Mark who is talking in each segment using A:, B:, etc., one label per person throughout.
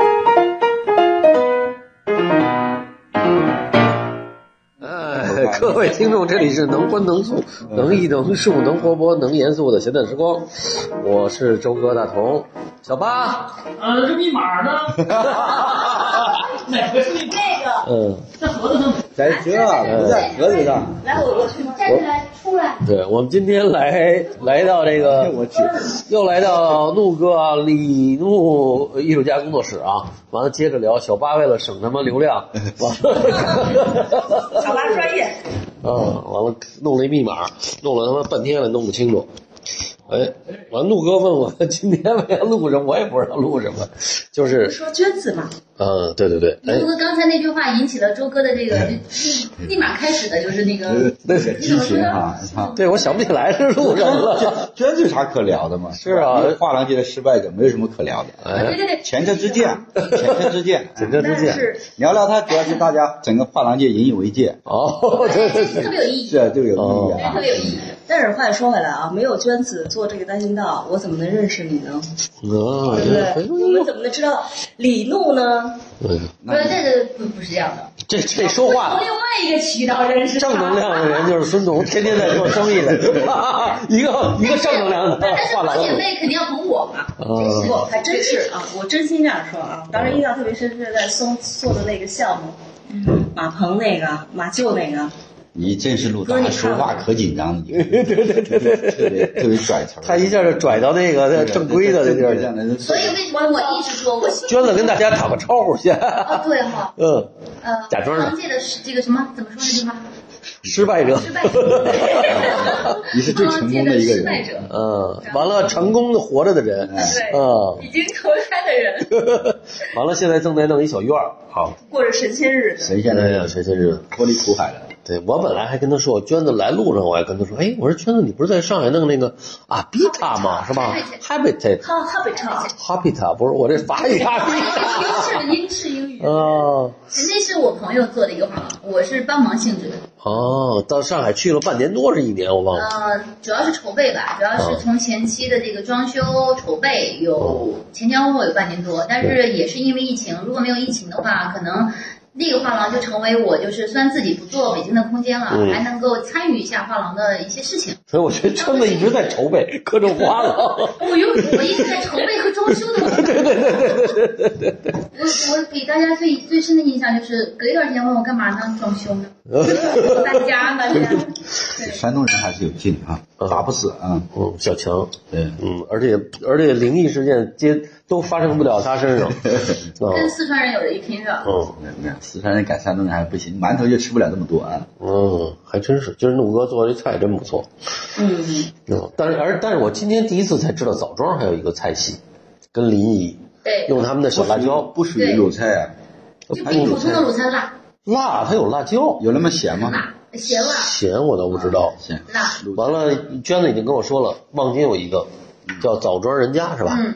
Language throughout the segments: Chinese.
A: 各位听众，这里是能荤能素、能艺能术、能活泼能严肃的闲淡时光，我是周哥大同，小八，
B: 呃，这密码呢？ 哪个是密码？
C: 那个，
A: 嗯，
B: 在盒子上。
D: 在这不在盒子上。
C: 来，我我去站起来出来。
A: 对，我们今天来来到这
D: 哎，
A: 个，
D: 我去，
A: 又来到怒哥李怒艺术家工作室啊，完了接着聊小八为了省他妈流量，完了，
C: 小八专业，
A: 嗯，完了弄了一密码，弄了他妈半天了，弄不清楚。哎，完，陆哥问我今天为了录什么，我也不知道录什么，就是，
C: 说娟子嘛，
A: 嗯，对对对，哎
E: 周，哥刚才那句话引起了周哥的这个，立立马开始的就是那
A: 嗯
E: 个，
D: 那个激情哈，啊
A: 哎对我想不起来是录什么了。
D: 娟子有啥可聊的嘛？
A: 是啊
D: 你画廊界的失败者没有什么可聊的。
E: 啊对
A: 哎，
E: 对 对，
D: 前车之鉴，前车之鉴，
A: 前车之
C: 但
A: 鉴。
C: 是
D: 你要聊它，主要是大家整个画廊界引以为戒，
A: 哦，对对对，
E: 特别有意义，
D: 是啊，就有意义啊
E: 特。别有意义。
C: 但是话又说回来啊，没有娟子做这个单行道，我怎么能认识你呢？
A: 啊，
C: 对不对？我们怎么能知道李怒呢？
A: 嗯，
E: 不是，这个不不是这样的，
A: 这这说
E: 从
A: 话
E: 另外一个渠道认识他
A: 正能量的人就是孙总，天天在做生意的，一个一个正能量的
E: 但是
A: 话
E: 我
A: 痨
E: 姐。妹肯定要捧我嘛，
A: 嗯
C: 我还真是啊，我真心这样说啊。当时印象特别深是在松做的那个项目，
E: 嗯
C: 马鹏那个，马厩那个，
D: 你正式录大，说话可紧张了，对
A: 对对对对对
D: 特别特别拽词儿。，
A: 他一下就拽到那个正规的那地儿去。
E: 所以为什么我一直说我希
A: 娟子跟大家打个招呼去。
E: 哦对哈，
A: 嗯，
E: 呃，
A: 假装的
E: 行界的这个什么怎么说那句话？
A: 失败者。
E: 失败者
D: 你是最成功的 一个人
E: 行界的失败者，
A: 嗯，完了，成功的活着的人。嗯，
E: 已经投胎的人，
A: 完了，现在正在弄一小院儿。好，
C: 过着神仙日子。
D: 神仙
A: 哎
D: 的
A: 呀，谁先是？
D: 脱离苦海了。
A: 对我本来还跟他说，我娟子来路上我还跟他说，哎，我说娟子，你不是在上海弄那个啊比塔吗？是吧？Habitat
C: 他他北唱，
A: Habitat 不是我这法语 Habitat
E: 英式英式英语。
A: 啊
E: 那是我朋友做的一个画廊，我是帮忙性质的。
A: 哦，到上海去了半年多是一年，我忘了。
E: 呃，主要是筹备吧，主要是从前期的这个装修筹备有前前后后有半年多，但是也是因为疫情，如果没有疫情的话，可能。那个画廊就成为我，就是虽然自己不做北京的空间了，
A: 嗯
E: 还能够参与一下画廊的一些事情。
A: 所以我觉得娟子一直在筹备各种花了。
E: 我有，我一直在筹备和装修的过程。 对对对对对对我我给大家最最深的印象就是，隔一段时间问我干嘛呢？装修 呢？搬家搬家。
D: 山东人还是有劲啊，打不死啊。
A: 嗯，小强，
D: 对，
A: 嗯，而且而且灵异事件皆都发生不了他身上。
E: 跟
A: 嗯
E: 四川人有的一拼是吧？
A: 嗯
D: 没有没有，四川人赶山东人还不行，馒头就吃不了这么多啊。
A: 嗯，还真是，今儿怒哥做这菜真不错。
C: 嗯，
A: 嗯，但是而但是我今天第一次才知道枣庄还有一个菜系，跟临沂
E: 对，
A: 用他们的小辣椒，
D: 不属于鲁菜啊，
E: 就比普哎通的鲁菜辣，
A: 辣它有辣椒，
D: 有那么咸吗？
E: 辣咸辣
A: 咸我倒不知道。
D: 咸。
E: 辣。
D: 鲁
A: 完了，娟子已经跟我说了，望京有一个叫枣庄人家是吧？
E: 嗯，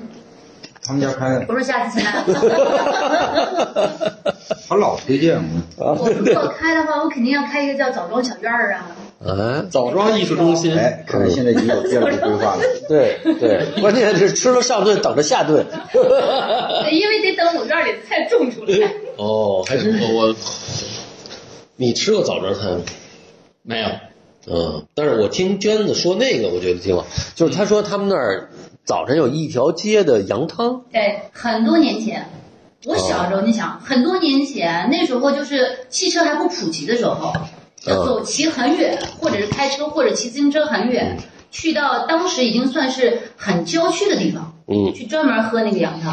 D: 他们家开的，
E: 不是下次请来。
D: 他老推荐我。
E: 我如果开的话，我肯定要开一个叫枣庄小院儿啊。
A: 哎，
F: 枣庄艺术中心，
D: 哎，看来现在已经有第二步规 划了。
A: 对对， 关键是吃了上顿，等着下顿。
E: 因为得等我院儿里的菜种出来。
A: 哦，还真是。
F: 我我
A: 你吃过枣庄菜吗？
F: 没有，
A: 嗯，但是我听娟子说那个，我觉得挺好，就是她说他们那儿早晨有一条街的羊汤，
E: 对，很多年前，我小时候，你想，很多年前，那时候就是汽车还不普及的时候，要走骑很远，或者是开车，或者骑自行车很远，去到当时已经算是很郊区的地方，
A: 嗯，
E: 去专门喝那个羊汤。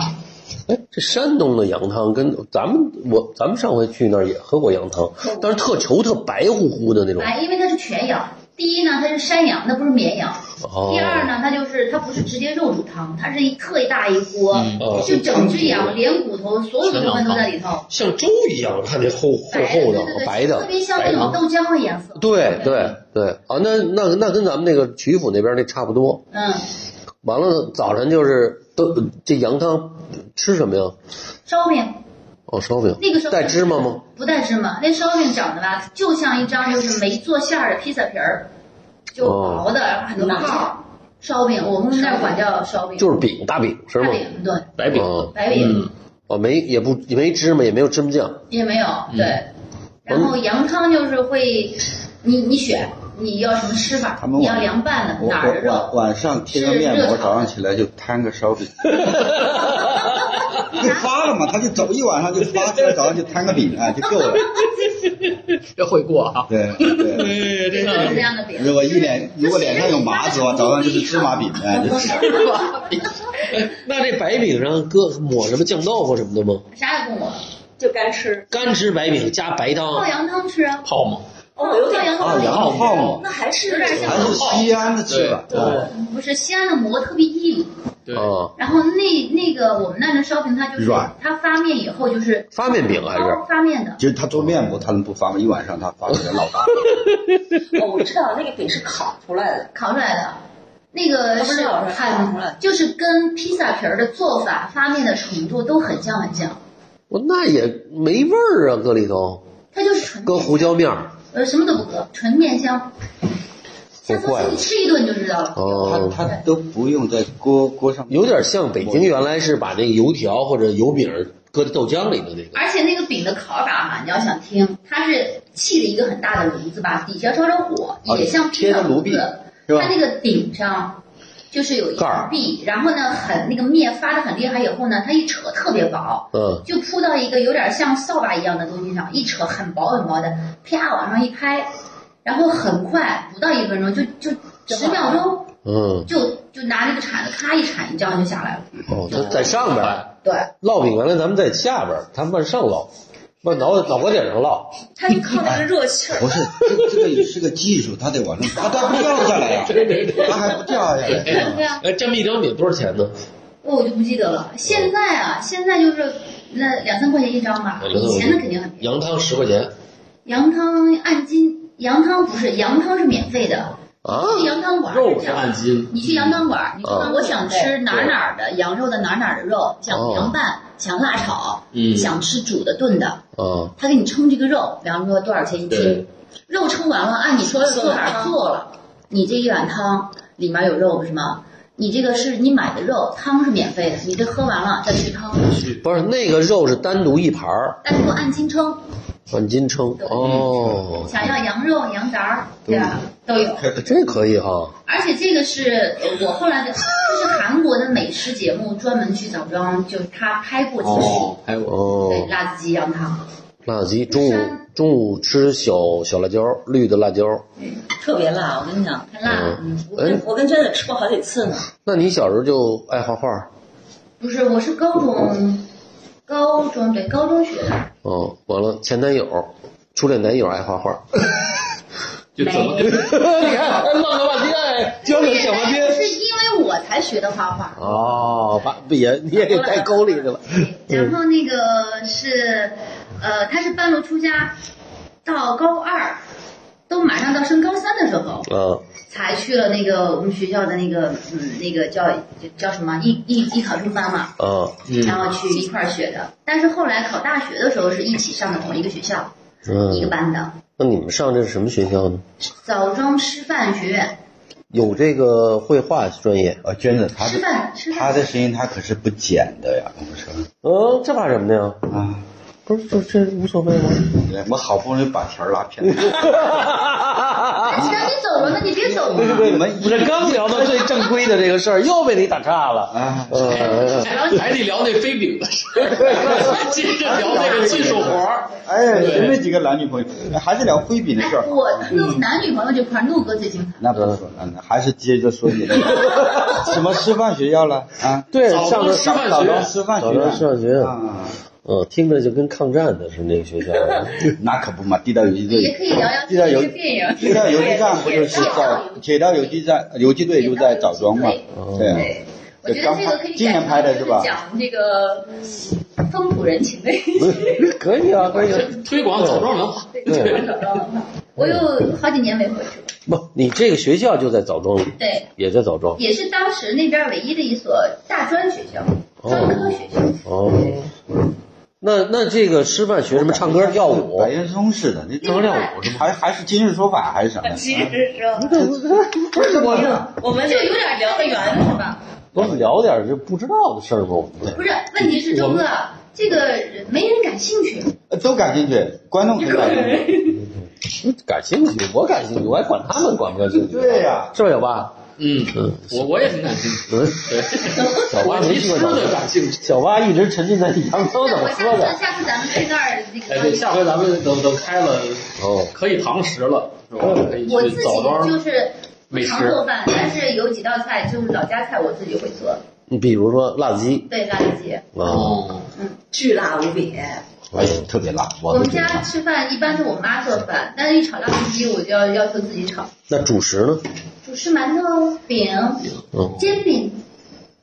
A: 哎，这山东的羊汤跟咱们我咱们上回去那儿也喝过羊汤，但是特稠特白乎乎的那种。
E: 哎，因为它是全羊。第一呢，它是山羊，那不是绵羊。
A: 哦
E: 第二呢，它就是它不是直接肉煮汤，它是一特大一锅，
A: 哦
E: 就整只羊，连骨头，所有的部分都在里头，
A: 像粥一样，它那厚厚
E: 白
A: 厚的哦
E: 对对对
A: 白的
E: 特别像
A: 白
E: 那种
A: 糖。
E: 豆浆的颜色。
A: 对对对，啊，那那那跟咱们那个曲阜那边那差不多。
E: 嗯，
A: 完了，早晨就是都这羊汤吃什么呀？
E: 烧饼
A: 哦，烧饼。
E: 那个时候
A: 带芝麻吗？
E: 不带芝麻，那烧饼长得吧，就像一张就是没做馅儿的披萨皮儿，就
A: 哦
E: 薄的，然后很多泡儿。烧饼，我们那儿管叫烧饼，
A: 就是饼，大饼是
E: 大
A: 吗？
E: 饼，对，
F: 白饼，
A: 哦
E: 白饼。
A: 哦，没也不
D: 嗯
A: 也没芝麻，也没有芝麻酱。
E: 也没有，对。然后羊汤就是会你你选你要什么吃法
D: 他？们
E: 你要
D: 晚
E: 凉拌的
D: 我
E: 哪儿啊的
D: 我晚
E: 肉？
D: 晚上贴个面
E: 是热
D: 膜，
E: 炒的
D: 早上起来就摊个 烧饼。就发了嘛，他就走一晚上就发，今儿早上就摊个饼啊，就够了。
F: 这会过啊。
D: 对对，
F: 对，这
E: 各种各
F: 个
E: 样的饼。
D: 如果一脸如果脸上有麻子，我早上就是芝麻饼啊，就是
A: 那这白饼上搁抹什么酱豆腐什么的吗？
E: 啥也不抹，
C: 就干吃。
A: 干吃白饼加白
E: 泡
A: 汤，
E: 羊汤吃啊，
F: 泡沫，
C: 哦，有点
E: 羊
D: 啊，
E: 汤
D: 哦羊肉泡馍，
C: 那还是哦
E: 有点像
D: 还是西安的吃法。
F: 对
D: 啊
E: 不是西安的馍特别硬，
F: 对，
A: 啊，
E: 然后那那个我们那儿的烧饼它就是
D: 软
E: 它发面以后就是
A: 发面饼还是
E: 包发面的，
D: 啊就是他做面膜，他们不发吗？一晚上他发出来老 大。
C: 哦，我知道那个饼是烤出来的，
E: 烤出来的。那个
C: 它不是
E: 是
C: 烤出来烤出来
E: 很，就是跟披萨皮儿的做法、发面的程度都很像很像，
A: 我那也没味儿啊，搁里头
E: 它就是纯
A: 搁胡椒面儿，
E: 呃什么都不搁，纯面香。
A: 好
E: 下次
A: 怪
E: 你吃一顿就知道了。
D: 他
A: 哦，
D: 他都不用在锅锅上，
A: 有点像北京原来是把那个油条或者油饼儿搁在豆浆里头那个，
E: 而且那个饼的烤法嘛，你要想听，它是砌了一个很大的炉子吧，底下烧着火，
D: 啊
E: 也像
D: 贴着炉壁
E: 壁，
D: 是吧
E: 它那个顶上就是有一
A: 盖儿
E: 层壁，然后呢，很那个面发的很厉害以后呢，它一扯特别薄，
A: 嗯，
E: 就铺到一个有点像扫把一样的东西上，一扯很薄很薄的，啪往上一拍，然后很快不到一分钟就就十秒钟
A: 嗯，
E: 就就拿那个铲子咔一铲，一这样就下来了。
A: 哦，它在上边儿，
E: 对，
A: 烙饼原来咱们在下边儿，它往上烙，往脑脑瓜顶上烙，
C: 它就靠那个热气儿。
D: 不是这这个也是个技术，他得往上，他他不掉下来
A: 哎
D: 呀，他还不掉下来。
E: 对啊。
A: 哎，这么一张饼多少钱呢？
E: 哦，我就不记得了。现在啊，现在就是那两三块钱一张吧，
A: 嗯
E: 以前的肯定很便宜。
A: 羊汤十块钱
E: 羊汤按斤，羊汤不是，羊汤是免费的。
A: 啊
E: 去羊汤馆
F: 肉
E: 是
F: 是
E: 这样
F: 按
E: 的，
F: 斤，
E: 你去羊汤馆，你
A: 啊
E: 说我想吃哪儿哪儿的羊肉的哪儿哪儿的肉，想
A: 哦
E: 凉拌，想辣炒，
F: 嗯
E: 想吃煮的炖的，
A: 啊，
E: 他给你称这个肉，比方说多少钱一
F: 对
E: 斤，肉称完了，按你说的做法做了，你这一碗汤里面有肉是吗？你这个是你买的肉，汤是免费的，你这喝完了再吃汤，
A: 不是那个肉是单独一盘儿，
E: 但是不按斤称，
A: 按斤称哦，
E: 想要羊肉、羊杂儿，对吧？都有，
A: 这可以哈，
E: 而且这个是呃我后来的，就是韩国的美食节目专门去枣庄，就是他拍过几期，
F: 还有
E: 对
A: 哦，
E: 辣子鸡羊汤，
A: 辣子鸡中午中午吃小小辣椒，绿的辣椒。
C: 特别辣，我跟你讲，
E: 很辣。
A: 嗯
C: 我跟、我跟娟姐吃过好几次呢。
A: 那你小时候就爱画画？
E: 不是，我是高中，高中对高中学的，
A: 哦，完了，前男友、初恋男友爱画画。
F: 就哎怎么
E: 没
A: 你看，愣了半
F: 哎
A: 天，交流想半
E: 是
A: 天。
E: 因为我才学的画画，
A: 哦，把也你也给带沟里去了。嗯
E: 然后那个是，呃，他是半路出家，到高二，都马上到升高三的时候，
A: 啊，
E: 才去了那个我们学校的那个嗯那个叫叫什么艺艺艺考生班嘛，
A: 啊，
E: 然
F: 嗯，
E: 后去一块儿学的。但是后来考大学的时候是一起上的同一个学校，一个
A: 嗯，
E: 班的
A: 那你们上这是什么学校呢？
E: 枣庄师范学院，
A: 有这个绘画专业？
D: 呃，娟子，他
E: 师
D: 的
E: 范师
D: 他
E: 范
D: 的声音他可是不减的呀，我说
A: 嗯，这怕什么的呀？
D: 啊，哎
A: 不是，这这无所谓啊吗？
D: 我好不容易把条儿拉偏了。
A: 啊
E: 哎，行，你走了，那你别走了。
D: 你们
A: 不是刚聊到最正规的这个事儿，又被你打岔了。
D: 啊，
A: 呃，
F: 还还得聊那飞饼的事儿， 接着聊那个技术活儿。
D: 哎呀，就那几个男女朋友，还是聊挥笔的
E: 哎
D: 事儿，。
E: 我那男女朋友这块儿，怒哥最精彩。
D: 那不说了，那还是接着说你的什么师范学校了啊？
A: 对，
F: 早
A: 上
F: 上
A: 的
F: 师范
D: 枣
F: 学
D: 庄
F: 院
D: 师范学
A: 早上师
D: 院
A: 范学院，
D: 啊，
A: 嗯，听着就跟抗战的是那个学校。啊
D: 那可不嘛，地道游击队
E: 也可以聊聊
D: 地道游
E: 这个电影。
D: 地道游击战不就是在铁道游击战游击队就在枣庄嘛？对，啊
E: 对，我觉得这个可以
D: 今年拍的是吧
E: 改成讲这个风土人 情的一些
A: 可以啊，可以啊。
F: 推广枣庄文化，
A: 对，
E: 枣庄文化。我有好几年没回去了。
A: 不，你这个学校就在枣庄，
E: 对，
A: 也在枣庄。
E: 也是当时那边唯一的一所大专学校，专科学校。
A: 哦，那那这个师范学什么唱歌跳舞
D: 白？岩松似的，那
A: 唱歌跳舞是吗？
D: 还还是今日说法还是 什么？
C: 其实是，
A: 不是我，
C: 我们
E: 就有点聊得远是吧？
A: 不是聊点这不知道的事儿吗？我们
E: 不是，问题是周哥，这个没人感兴趣。
D: 呃都感兴趣，观众很感兴趣。
A: 感兴趣，我感兴趣，我还管他们管不管兴趣？
D: 对呀
A: 是吧，小八？
F: 嗯，
A: 嗯，
F: 我我也挺感兴趣，
A: 嗯，
F: 对，
A: 小
F: 我
A: 八
F: 对
A: 没
F: 吃
A: 去过
F: 的
A: 哪儿
F: 感兴趣。
A: 小八一直沉浸在扬州怎么
E: 那我
A: 喝的
E: 下次下次咱们去那儿那
F: 哎，对，
E: 个。
F: 下回咱们等等开了，
A: 哦，
F: 可以堂食了，是吧？可以
E: 嗯我自
F: 去
E: 己
F: 枣
E: 就
F: 庄
E: 是
F: 美
E: 不常
F: 食。
E: 做饭，但是有几道菜就是老家菜，我自己会做。
A: 你比如说辣子鸡
E: 对，辣鸡。
A: 啊，
F: 哦，
C: 巨辣无比，
D: 哎呀，特别辣，
E: 我
D: 我
E: 们
D: 都觉得
E: 家
D: 辣。
E: 吃饭一般是我妈做饭，但是一炒辣子鸡我就要要求自己炒，
A: 那主食呢？
E: 主食馒头、饼、
F: 哦
A: 嗯，
E: 煎饼。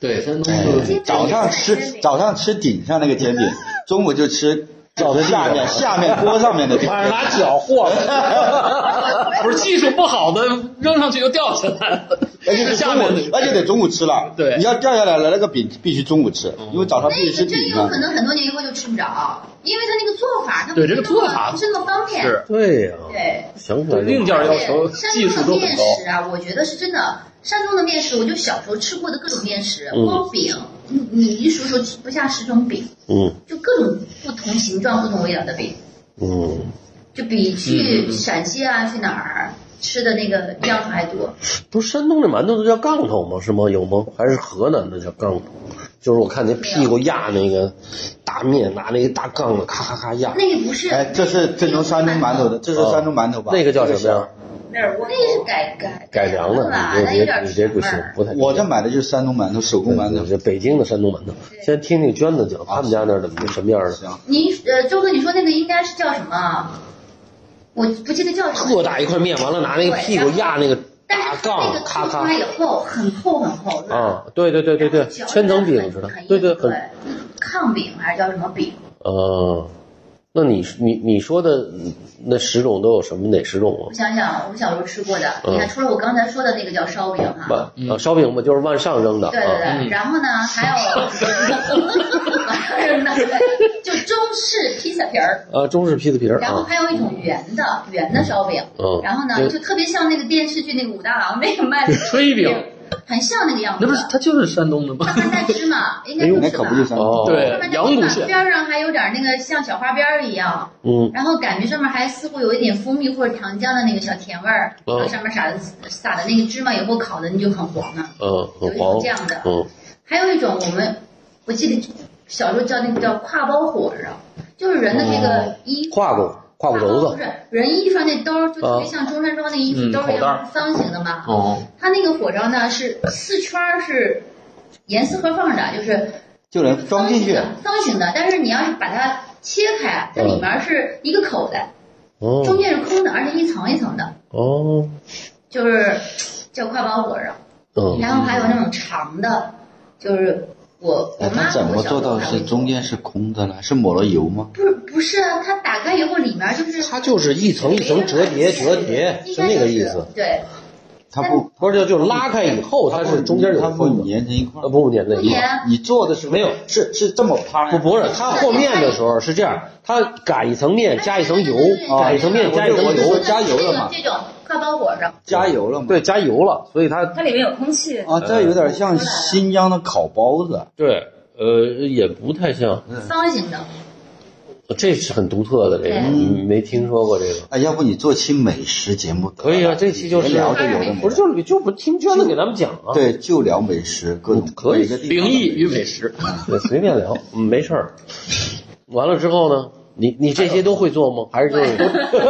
F: 对，山东
E: 煎
F: 是
E: 饼
D: 早上吃早上吃顶上那个煎饼，中午就吃
A: 照着地
D: 下面下面锅上面的饼。
F: 晚上 拿脚和， 不是技术不好的扔上去就掉下来了，
D: 而且
F: 哎是
D: 得
F: 下
D: 中午
F: 面的，
D: 而且得中午吃了。
F: 对
D: 你要掉下来了，那个饼必须中午吃，
A: 哦
D: 因为早上必须
E: 那
D: 吃
E: 个
D: 饼嘛
F: 啊
E: 真有可。能很多年以后就吃不着，因为它那个做法，它不
F: 对
E: 是
F: 这个
E: 那么
F: 做法
E: 不是那么方便。
F: 是
A: 对呀，
E: 对。
A: 想起来
F: 对硬
A: 就
F: 件要
E: 对，
F: 求技术
E: 山
F: 都
E: 东的
F: 很
E: 面
F: 高。
E: 食啊，我觉得是真的。山东的面食，我就小时候吃过的各种面食，
A: 嗯
E: 光饼，你你一数数吃不下十种饼，
A: 嗯
E: 就各种不同形状、不同味道的饼，
A: 嗯，
E: 就比
F: 嗯嗯
E: 去
F: 嗯
E: 陕西啊、去哪儿吃的那个样子还多。
A: 不是山东这馒头都叫杠头吗？是吗？有吗？还是河南的叫杠头？就是我看那屁股压那个大面，拿那个大杠子咔咔咔压，
E: 那个不是，
D: 哎，这是正宗山东馒头的，这是山东馒头吧？
A: 哦那个叫什么呀？？
C: 那是我
E: 那个是改改
A: 改良的，
E: 吧？
A: 你
E: 那有
A: 这别
E: 点
A: 你这不
E: 甜味
A: 行
E: 儿，
A: 不太。
D: 我这买的就是山东馒头，手工馒头。
A: 这北京的山东馒头，先听听娟子讲他们家那儿怎么什么样的，
D: 行，
E: 您呃，周哥，你说那个应该是叫什么？啊我不记得叫什
A: 特
E: 么，
A: 大一块面，完了拿那个屁股压那个
E: 但是
A: 大
E: 它那
A: 杠
E: 个
A: 子，咔
E: 做出
A: 咔
E: 来以后很厚很厚，是吧？
A: 啊，对对对对对，千层饼似的，对对
E: 对
A: 很，
E: 炕饼还是叫什么饼？
A: 啊。那你你你说的那十种都有什么哪十种啊
E: 我？想想，我小时候吃过的，
A: 嗯
E: 你看，除了我刚才说的那个叫烧饼哈，
A: 万啊烧饼嘛，就是往上扔的
E: 对对
A: 啊，
E: 对，然后呢，还 有， 就中式披萨皮儿，
A: 啊中式披萨皮儿
E: 然后
A: 啊，
E: 还有一种圆的圆的烧饼，
A: 嗯，
E: 然后呢，
A: 对
E: 就特别像那个电视剧那个武大郎那个 卖的
F: 炊饼，
E: 很像那个样子
F: 那不是，它就是山东的吗
E: 大？汉带芝麻，应该
A: 哎呦
D: 那
E: 是
D: 可
E: 吧
D: 不？就山东。
A: 哦，
F: 对
E: 大汉带芝麻
F: 阳谷县
E: 边上还有点那个像小花边儿一样，
A: 嗯
E: 然后感觉上面还似乎有一点蜂蜜或者糖浆的那个小甜味儿，
A: 嗯
E: 然后上面撒的撒的那个芝麻以后烤的你就很黄啊，
A: 嗯
E: 有
A: 很
E: 一种
A: 黄
E: 这，样的。
A: 嗯
E: 还有一种我们我记得小时候叫那个叫挎包火烧，就是人的那
A: 哦
E: 个衣服。
A: 胯骨胯骨轴
E: 不
A: 子，
E: 是人衣服上那兜儿，就特
A: 啊
E: 别像中山装那衣服
F: 嗯
E: 兜儿一
F: 口袋
E: 样，
F: 儿
E: 是方形的嘛。
F: 哦，
E: 它那个火烧呢是四圈儿是严丝合缝的，就是
D: 就能装进去。
E: 方形的。但是你要是把它切开，它里面是一个口袋，
A: 哦
E: 中间是空的，而且一层一层的，
A: 哦，
E: 就是叫挎包火烧。
A: 嗯
E: 然后还有那种长的，就是我我
D: 哎，
E: 妈
D: 他怎么做到
E: 我小时候
D: 是中间是空的呢？是抹了油吗？
E: 不是不是啊，它打开以后里面就是
A: 它就是一层一层折叠折叠，
E: 应
A: 是
E: 该
A: 那
E: 就
A: 个
E: 是
A: 意思。
E: 对，
D: 它不，
A: 不是就就拉开以后，它是中间有
D: 它不
A: 缝的，
D: 粘成一块
A: 呃
D: 儿。
A: 不粘在
E: 不
A: 一块。
E: 粘，
D: 你做的是
A: 没有
D: 是是这么趴
A: 不
D: 着。
A: 不是，它和面的时候是这样，它擀一层面加一层油，
E: 啊
A: 擀一层面加一层
D: 我就
A: 油
D: 说，加油了嘛
E: 这种挎包火烧，
D: 加油了嘛？
A: 对，加油了，所以它
C: 它里面有空气，
A: 哦
D: 啊，
A: 呃
D: 这有点像新疆的烤包子。
A: 对呃也不太像，
E: 方形的，
A: 这是很独特的这个，
E: 对
A: 嗯没听说过这个。
D: 哎，要不你做期美食节目得了
A: 可以啊这期就是
D: 别聊这有的没
A: 不是，
D: 的。
A: 就是就不听娟子给咱们讲啊，
D: 对，就聊美食，各种
A: 可以
D: 每个地方
F: 灵异与美食，
A: 对， 随便聊，嗯没事儿。完了之后呢，你你这些都会做吗？还是就是
F: 哎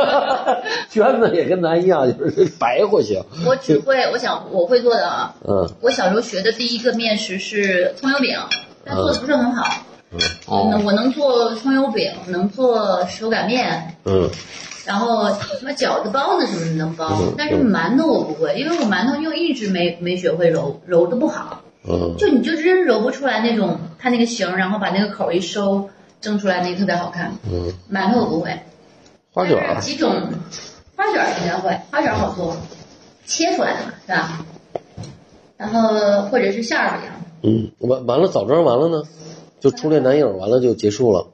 A: 娟子也跟咱一样，就是白活行，
E: 我只会我想我会做的啊。
A: 嗯
E: 我小时候学的第一个面食是葱油饼，但做的不是很好。
A: 哦
F: 哦
E: 嗯，我能做葱油饼，能做手擀面，
A: 嗯
E: 然后什么饺子、包子什么的能包
A: 嗯，
E: 但是馒头我不会，因为我馒头又一直没没学会揉，揉的不好，
A: 嗯。
E: 就你就真揉不出来那种它那个形，然后把那个口一收，蒸出来那个特别好看。
A: 嗯，
E: 馒头我不会，
A: 花卷啊
E: 但
A: 儿
E: 是几种花卷儿应该会，花卷儿好做，切出来的嘛，是吧？然后或者是馅儿饼，
A: 嗯，完完了，枣庄完了呢，就初恋男友完了就结束了。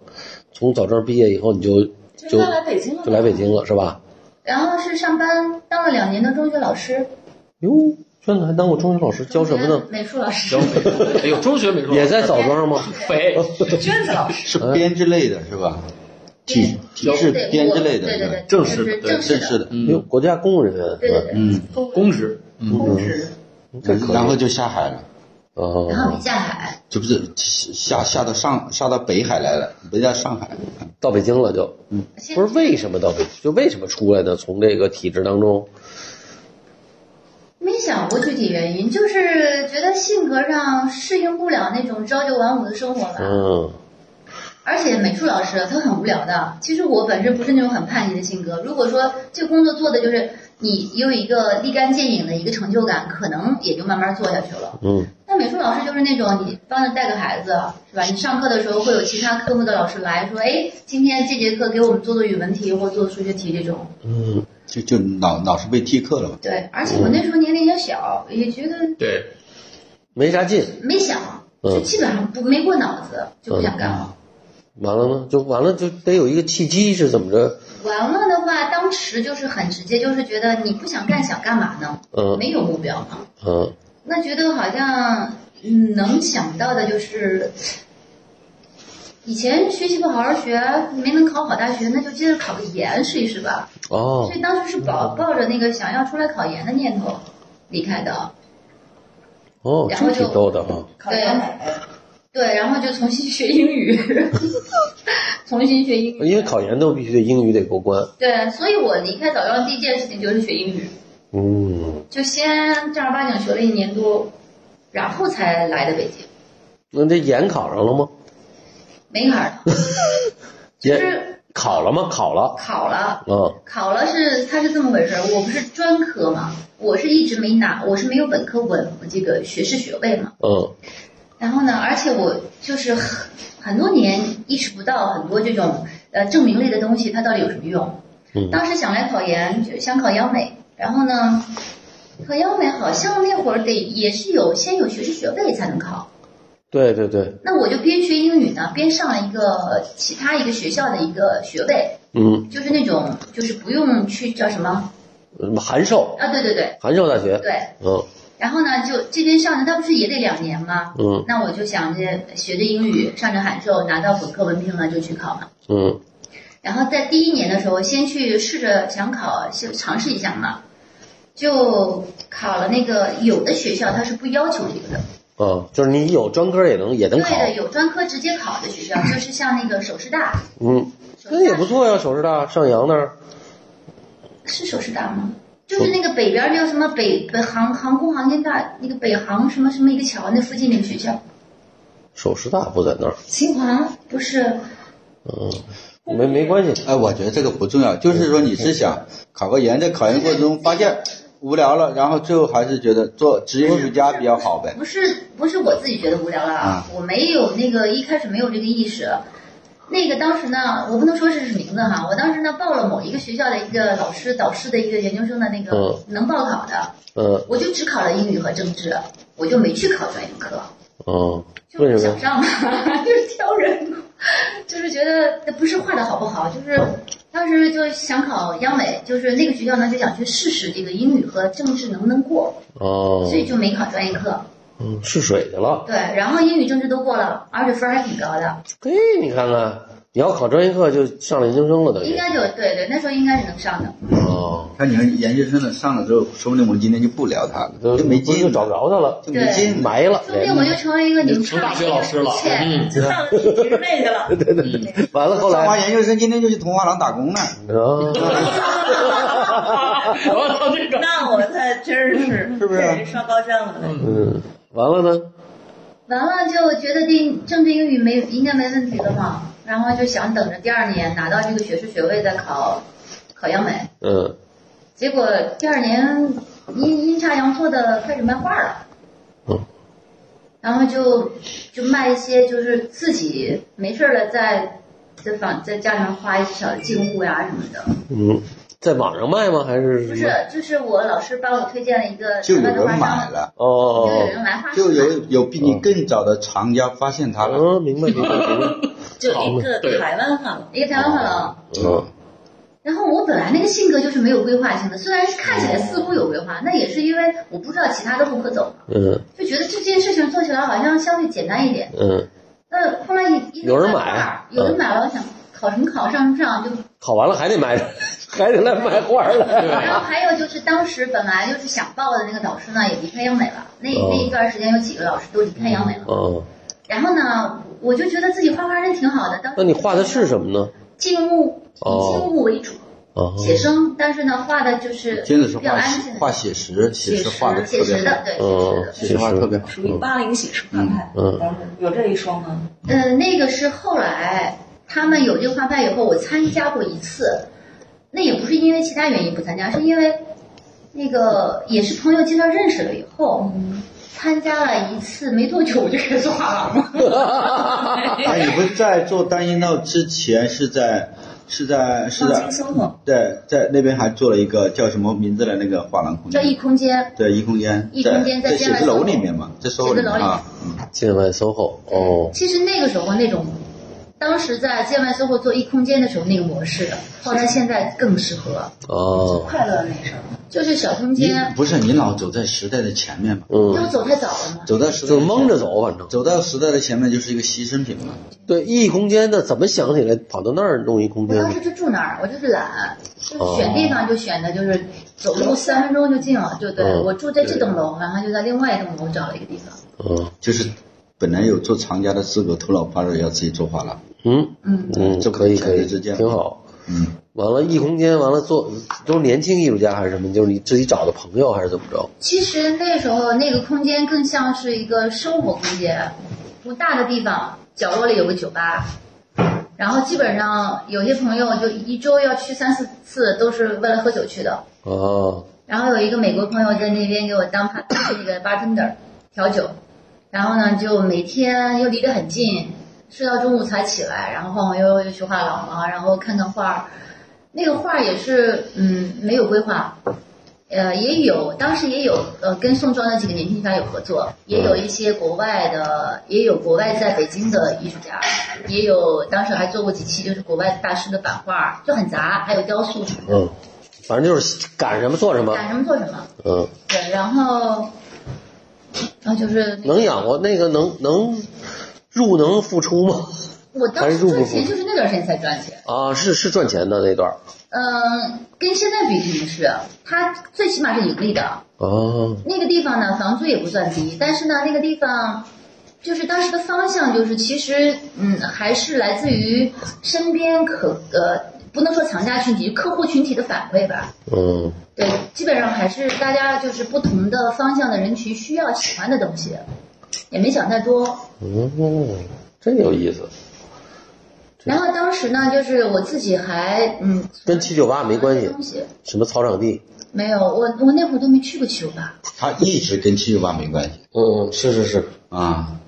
A: 从枣庄毕业以后，你就就
C: 就来北京了吧，
A: 就来北京了，是吧？
E: 然后是上班当了两年的中学老师，
A: 哟，娟子还当过中学老师，教什么呢？？
E: 美术老师
F: 教。美术，哎呦，中学美术
A: 也在枣庄吗？
F: 肥，
C: 娟子老师，
D: 是编制类的是吧？体体制
E: 对
D: 编之类的，
E: 对对对，
F: 正式的
E: 正
D: 正
E: 式
D: 式
E: 的，
D: 的，
A: 因为国家公务人啊员
E: 嗯对
A: 是吧
E: 对？对，
D: 嗯，
F: 公职，嗯，
E: 公职，
A: 这可以
D: 然后就下海了，
A: 哦，
E: 然后你下海，
D: 这不是下下到上下到北海来了，没到上海，
A: 到北京了就，嗯
E: 现
A: 不是为什么到北京，就为什么出来呢？从这个体制当中，
E: 没想过具体原因，就是觉得性格上适应不了那种朝九晚五的生活吧。
A: 嗯
E: 而且美术老师啊他很无聊的。其实我本身不是那种很叛逆的性格，如果说这个工作做的就是你有一个立竿见影的一个成就感，可能也就慢慢做下去了。
A: 嗯
E: 那美术老师就是那种你帮着带个孩子，是吧？你上课的时候会有其他科目的老师来说，哎，今天这节课给我们做做语文题或做数学题这种。
A: 嗯，
D: 就就老老是被替课了嘛。
E: 对，而且我那时候年龄也小，也觉得
F: 对，
A: 没啥劲，
E: 没想，
A: 嗯
E: 就基本上不没过脑子，就不想干了。
A: 完了呢，就完了，就得有一个契机是怎么着？
E: 完了的话，当时就是很直接，就是觉得你不想干，想干嘛呢？
A: 嗯
E: 没有目标嘛。
A: 嗯
E: 那觉得好像嗯能想到的就是，以前学习不好好学，没能考好大学，那就接着考个研试一试吧。
A: 哦嗯
E: 所以当时是抱抱着那个想要出来考研的念头离开的。
A: 哦，
E: 然后
A: 这
E: 就
A: 挺逗的啊，
C: 考央美，
E: 对，然后就重新学英语， 重新学英语。
A: 因为考研都必须得英语得过关，
E: 对，所以我离开枣庄第一件事情就是学英语。
A: 嗯，
E: 就先正儿八经学了一年多，然后才来的北京，
A: 那这研考上了吗？
E: 没考上，就
A: 研
E: 是
A: 考了吗？考了
E: 考了，
A: 啊，
E: 考了是它是这么回事儿，我不是专科嘛，我是一直没拿，我是没有本科文这个学士学位嘛，
A: 嗯
E: 然后呢，而且我就是很很多年意识不到很多这种呃证明类的东西它到底有什么用，
A: 嗯
E: 当时想来考研，就想考央美，然后呢，考央美好像那会儿得也是有先有学士学位才能考。
A: 对对对，
E: 那我就边学英语呢，边上了一个其他一个学校的一个学位，
A: 嗯，
E: 就是那种就是不用去叫什么
A: 函授，
E: 啊，对对对
A: 函授大学，
E: 对。
A: 嗯
E: 然后呢，就这边上的，他不是也得两年吗？
A: 嗯
E: 那我就想着学着英语，上着函授，拿到本科文凭了就去考嘛。
A: 嗯
E: 然后在第一年的时候，先去试着想考，先尝试一下嘛，就考了那个有的学校它是不要求这个的，
A: 啊，就是你有专科也能也能
E: 对
A: 考，
E: 的，有专科直接考的学校，就是像那个首师大，
A: 嗯，
E: 首师
A: 那
E: 大
A: 也不错呀，首师大上阳那儿，
E: 是首师大吗？就是那个北边儿叫什么北北航航空航天大那个北航什么什么一个桥那附近那个学校，
A: 首师大不在那儿，
E: 秦皇不是
A: 嗯，没没关系，
D: 哎，我觉得这个不重要，就是说你是想考个研，在考研过程中发现无聊了，然后最后还是觉得做职业艺术家比较好呗。
E: 不是不是我自己觉得无聊了啊，我没有那个一开始没有这个意识。那个当时呢，我不能说是名字哈，我当时呢报了某一个学校的一个老师导师的一个研究生的那个能报考的，
A: 嗯
E: 我就只考了英语和政治，我就没去考专业课。
A: 嗯，
E: 就
A: 为
E: 是
A: 什么
E: 想
A: 呀？
E: 上嘛， 就是挑人， 就是觉得那不是画的好不好，就是当时就想考央美，就是那个学校呢就想去试试这个英语和政治能不能过，
A: 哦
E: 所，以就没考专业课。
A: 嗯，试水去了。
E: 对，然后英语政治都过了，而且分儿还挺高的，
A: 嘿，你看看，你要考专业课就上了研究生了，等
E: 应
A: 于
E: 该就对对，那时候应该是能上的。
F: 嗯
A: 哦，
D: 看你看研究生了上了之后，说不定我们今天就不聊他了，
A: 就
D: 就没
A: 不是
D: 劲
A: 就
D: 了，
A: 找不着他了，
D: 就没劲了。
A: 埋了，
E: 说不定我就成为一个
F: 你
E: 牛
F: 成
E: 叉
F: 大
E: 的
F: 学老师了，
E: 切
F: 嗯，
C: 上了体制内 去了。
A: 完了后
D: 上完
A: 来，
D: 研究生，今天就去同花廊打工了。
A: 啊，
F: 嗯 我操这个，
C: 那我才真是
D: 是不是
C: 被人刷高香了呢？
A: 啊嗯，完了呢，
E: 完了就觉得这政治英语没应该没问题了嘛，然后就想等着第二年拿到这个学士学位再考考央美。
A: 嗯，
E: 结果第二年阴阴差阳错的开始卖画了，
A: 嗯，
E: 然后就就卖一些就是自己没事儿了在在房在家里面画一些小的静物啊呀什么的，
A: 嗯，在网上卖吗？还是
E: 不
A: 什
E: 是
A: 么？，
E: 就是我老师帮我推荐了一个
D: 就有
E: 台湾的
D: 人
E: 画
D: 买
E: 商，
D: 了，
E: 就有
A: 哦，
E: 人来画室
D: 就
E: 买，
D: 有有比你更早的藏家发现他了。
A: 嗯，明白明白明 白，
C: 就一个
F: 对
C: 台湾话了，
E: 一个台湾画廊。
A: 嗯，
E: 然后我本来那个性格就是没有规划性的，虽然是看起来似乎有规划，那也是因为我不知道其他的路可走，
A: 嗯
E: 就觉得这件事情做起来好像相对简单一点。
A: 嗯
E: 呃那后来一一
A: 有人
E: 看
A: 买啊嗯
E: 画有人买了，我想考什么考，上什么上就
A: 考完了还得买， 还得来卖花儿来。
E: 然后还有就是，当时本来就是想报的那个导师呢，也离开央美了。那那一段时间有几个老师都离开央美 了。
A: 哦嗯，
E: 然后呢，我就觉得自己画画真挺好的。当时
A: 那你画的是什哦么呢？
E: 静物，以静物为主，
A: 啊，
E: 写生，但是呢，画的就是
D: 金子是
E: 比较
D: 画
E: 安静的
D: 画写实，写实画的特
E: 写
D: 别
E: 实的，
D: 好，
E: 对，
A: 嗯
E: 写实的。
D: 写实画得特别好。
C: 属于八零写实画派。
A: 嗯嗯
C: 当时有这一说吗？
E: 呃，那个是后来他们有这个画派以后，我参加过一次，那也不是因为其他原因不参加，是因为那个也是朋友介绍认识了以后。参加了一次，没多久我就开始画廊了。
D: 啊，你不是在做单音 note 之前是在是在是
C: 放
D: 在
C: 轻松了。
D: 在在那边还做了一个叫什么名字的那个画廊空
E: 这一
D: 间，
E: 空间，
D: 对，一空间，
E: 一空间
D: 在
E: 在
D: 写字
E: 建外
D: 楼
E: 搜
D: 里面嘛，在 SOHO
E: 写字
D: 面
E: 楼里
D: 啊，嗯，
A: 建外 SOHO 哦，
E: 其实那个时候那种，当时在建外 SOHO 做一空间的时候那个模式，后来现在更适合，
A: 哦，
C: 快乐那事儿，
E: 就是小空
D: 你
E: 间，
D: 不是你老走在时代的前面嘛，
E: 因为我
A: 嗯，
E: 走太早了嘛。
D: 走到时代
A: 就是
D: 的前
A: 蒙着，走，啊反正
D: 走到时代的前面就是一个牺牲品嘛。
A: 对异空间呢，怎么想起来跑到那儿弄一空
E: 我
A: 间
E: 当
A: 呢？
E: 时就住那儿，我就是懒，就是
A: 哦
E: 选地方就选的就是走路三分钟就近了，就对
A: 嗯
E: 我住在这栋楼，然后就在另外一栋楼找了一个地方。
A: 嗯
D: 就是本来有做藏家的资格，头脑发热要自己做画廊。
A: 嗯
E: 嗯，
A: 嗯，
D: 这不
A: 可以
D: 简
A: 可
D: 直
A: 以，
D: 之间
A: 挺好。
D: 嗯，
A: 完了，异空间完了做都是年轻艺术家还是什么？就是你自己找的朋友还是怎么着？
E: 其实那时候那个空间更像是一个生活空间，不大的地方，角落里有个酒吧，然后基本上有些朋友就一周要去三四次，都是为了喝酒去的。
A: 啊，
E: 然后有一个美国朋友在那边给我当 part 那个 bartender 调酒，然后呢就每天又离得很近，睡到中午才起来，然后晃晃悠悠又去画廊了，然后看看画儿。那个画儿也是嗯没有规划，呃也有当时也有呃跟宋庄的几个年轻艺术家有合作，也有一些国外的，也有国外在北京的艺术家，也有当时还做过几期就是国外大师的版画儿，就很杂，还有雕塑，
A: 嗯，反正就是赶什么做什么。
E: 赶什么做什么。
A: 嗯，
E: 对，然后，然后就是那个
A: 能养活那个能能入能付出吗？
E: 我当时
A: 还是入不
E: 赚
A: 敷
E: 钱就是那段时间才赚钱，
A: 啊，是是赚钱的那段儿
E: 嗯，跟现在比肯定是，啊它最起码是盈利的。
A: 啊，
E: 那个地方呢，房租也不算低，但是呢，那个地方就是当时的方向就是，其实嗯，还是来自于身边可呃，不能说藏家群体，客户群体的反馈吧。
A: 嗯
E: 对，基本上还是大家就是不同的方向的人群需要喜欢的东西，也没想太多。
A: 嗯，真有意思，
E: 然后当时呢，就是我自己还嗯，
A: 跟七九八没关系
E: 东西
A: 什么草场地？
E: 没有，我我那会儿都没去过七九八，
D: 他一直跟七九八没关系
A: 嗯，是是是，
D: 啊，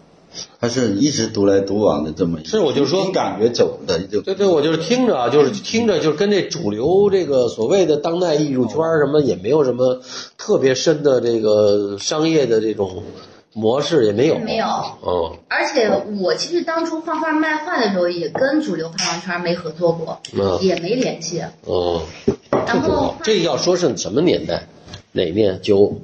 D: 他是一直独来独往的这么一个。
A: 是我就说
D: 凭感觉走的就
A: 对对，我就是听着啊，就是听着，就是跟这主流这个所谓的当代艺术圈儿什么也没有什么特别深的这个商业的这种模式也没有，
E: 没有。
A: 嗯
E: 而且我其实当初画画卖画的时候，也跟主流画廊圈没合作过，
A: 嗯
E: 也没联系。
A: 嗯，
E: 然后
A: 这要说是什么年代？哪年？九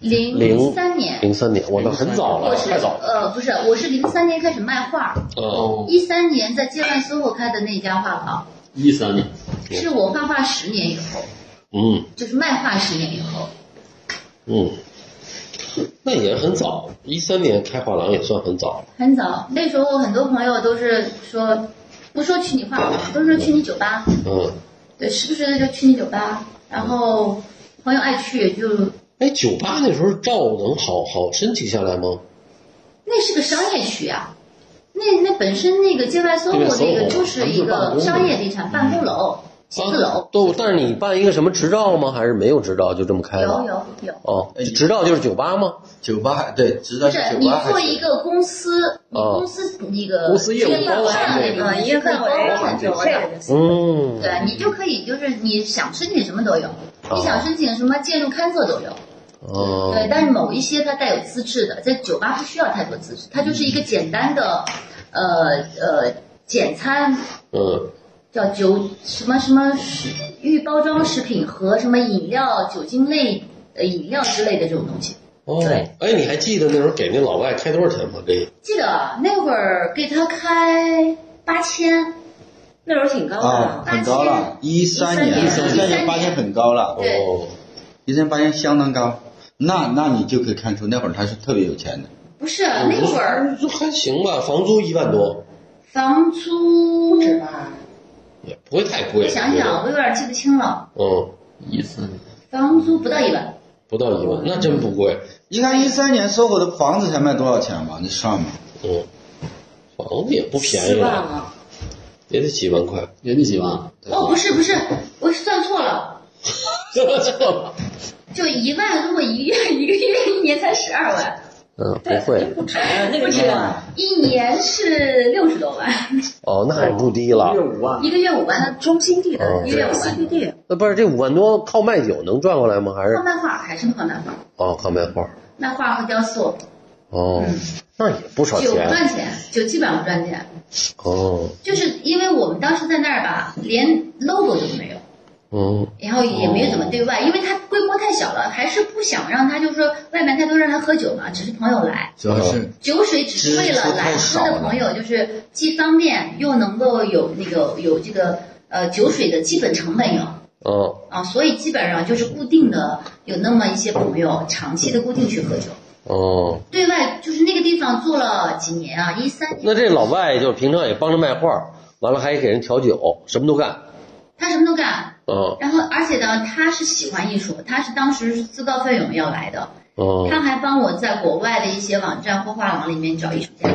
E: 零三年，
A: 零三年，我那很早
E: 我
A: 了，
E: 是
A: 太早了。
E: 呃不是，我是零三年开始卖画，
A: 嗯，
E: 一三年在界外 SOHO 开的那家画廊，
F: 一三年，
E: 是我画画十年以后，
A: 嗯
E: 就是卖画十年以后。
A: 嗯，那也很早，一三年开画廊也算很早了。
E: 很早，那时候很多朋友都是说，不说去你画廊，都是说去你酒吧，
A: 嗯，
E: 对，时不时的就去你酒吧，然后朋友爱去就，
A: 哎，酒吧那时候照能好好申请下来吗？
E: 那是个商业区啊，那那本身那个界外 SOHO 那个就是一个商业地产办公楼，写字楼，
A: 都，但是你办一个什么执照吗？还是没有执照就这么开的？
E: 有呃有有，
A: 哦，执照就是酒吧吗？
D: 酒吧，对，直
E: 不
D: 到
E: 是
D: 酒
E: 你
D: 吧还
E: 做一个公司，你
A: 哦
E: 公司那个
F: 公司业务
E: 这个
F: 包
E: 范
F: 含
E: 围
F: 这
E: 里
F: 个
E: 面
C: 嗯，
E: 你
C: 一
E: 是
C: 个
E: 可以
C: 氛
E: 包
C: 围
E: 含
C: 这
E: 酒吧的。
C: 个就行。
A: 嗯，
E: 对你就可以，就是你想申请什么都有，
A: 哦
E: 你想申请什么介入勘测都有。
A: 哦，
E: 对，但是某一些它带有资质的，在酒吧不需要太多资质，它就是一个简单的，呃呃，简餐
A: 嗯
E: 叫酒什么什么食预包装食品和什么饮料、酒精类呃饮料之类的这种东西。
A: 哦
E: 对，
A: 哎，你还记得那时候给那老
E: 啊
A: 外开多少钱吗？这
E: 记得那会儿给他开八千，
C: 那时候挺高的
D: 啊，
C: 了，
D: 很高了，一三年，一
E: 13
D: 三
E: 年
D: 年八千很高了，
E: 对
A: 哦，
D: 一三八千相当高。那那你就可以看出那会儿他是特别有钱的，
E: 不是啊呃那会儿
A: 就还行吧，房租一万多，
E: 房租
C: 不，止吧？
A: 也不会太贵。
E: 我想想，我有点记不清了，
A: 嗯，
F: 一四年，
E: 房租不到一万，
A: 不到一万，那真不贵。
D: 你看一三年搜狗的房子才卖多少钱吧？你算吧，
A: 嗯，房子也不便
C: 四
A: 宜
C: 万
A: 了，
C: 了，
A: 也得几万块。
F: 也得几万，
E: 哦，不是不是，我算错了，就一万，如果一月一个月一年才十二万，
A: 嗯，不会。嗯
C: 不止那
E: 不
C: 个啊
E: 止
C: 是吧？
E: 一年是六十多万，
A: 哦，那也不低了
F: 月。五万，
E: 一个月五万，
C: 中心地的
A: 哦
C: 那个 CBD，
A: 那不是这五万多靠卖酒能赚过来吗？还
E: 画
A: 是
E: 漫画还是画漫画，
A: 哦，靠卖画。
E: 漫画和雕塑，
A: 哦，那也不少
E: 酒不
A: 钱。
E: 嗯赚钱，酒基本上不赚钱，
A: 哦，
E: 就是因为我们当时在那儿吧，连 logo 都没有。
A: 嗯，
E: 然后也没有怎么对外，因为它规模太小了，还是不想让他就是说外面太多人来喝酒嘛，只是朋友来，
D: 主要是
E: 酒水只是为了来喝的朋友，就是既方便又能够有那个有这个呃酒水的基本成本有
A: 哦，
E: 啊，所以基本上就是固定的有那么一些朋友长期的固定去喝酒。
A: 哦，
E: 对外就是那个地方做了几年啊，一三年
A: 那这老外就是平常也帮着卖画，完了还给人调酒，什么都干。
E: 他什么都干，
A: 哦，
E: 然后而且呢，他是喜欢艺术，他是当时是自告奋勇要来的。
A: 哦，
E: 他还帮我在国外的一些网站或画廊里面找艺术家，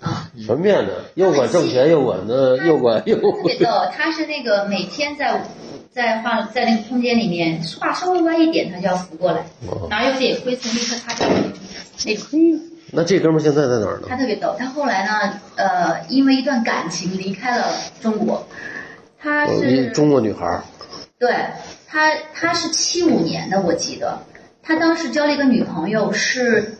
E: 啊，
A: 全面的，又管挣钱，又管那，又管又
E: 特别逗。他是那个每天在在画在那个空间里面画稍微歪一点，他就要扶过来，
A: 哦
E: 然后又得灰尘立刻擦掉那种。
A: 那这哥们儿现在在哪儿呢
E: 他？特别逗。他后来呢，呃，因为一段感情离开了中国，他
A: 哦一
E: 是
A: 中国女孩儿。
E: 对他他是七五年的，我记得他当时交了一个女朋友是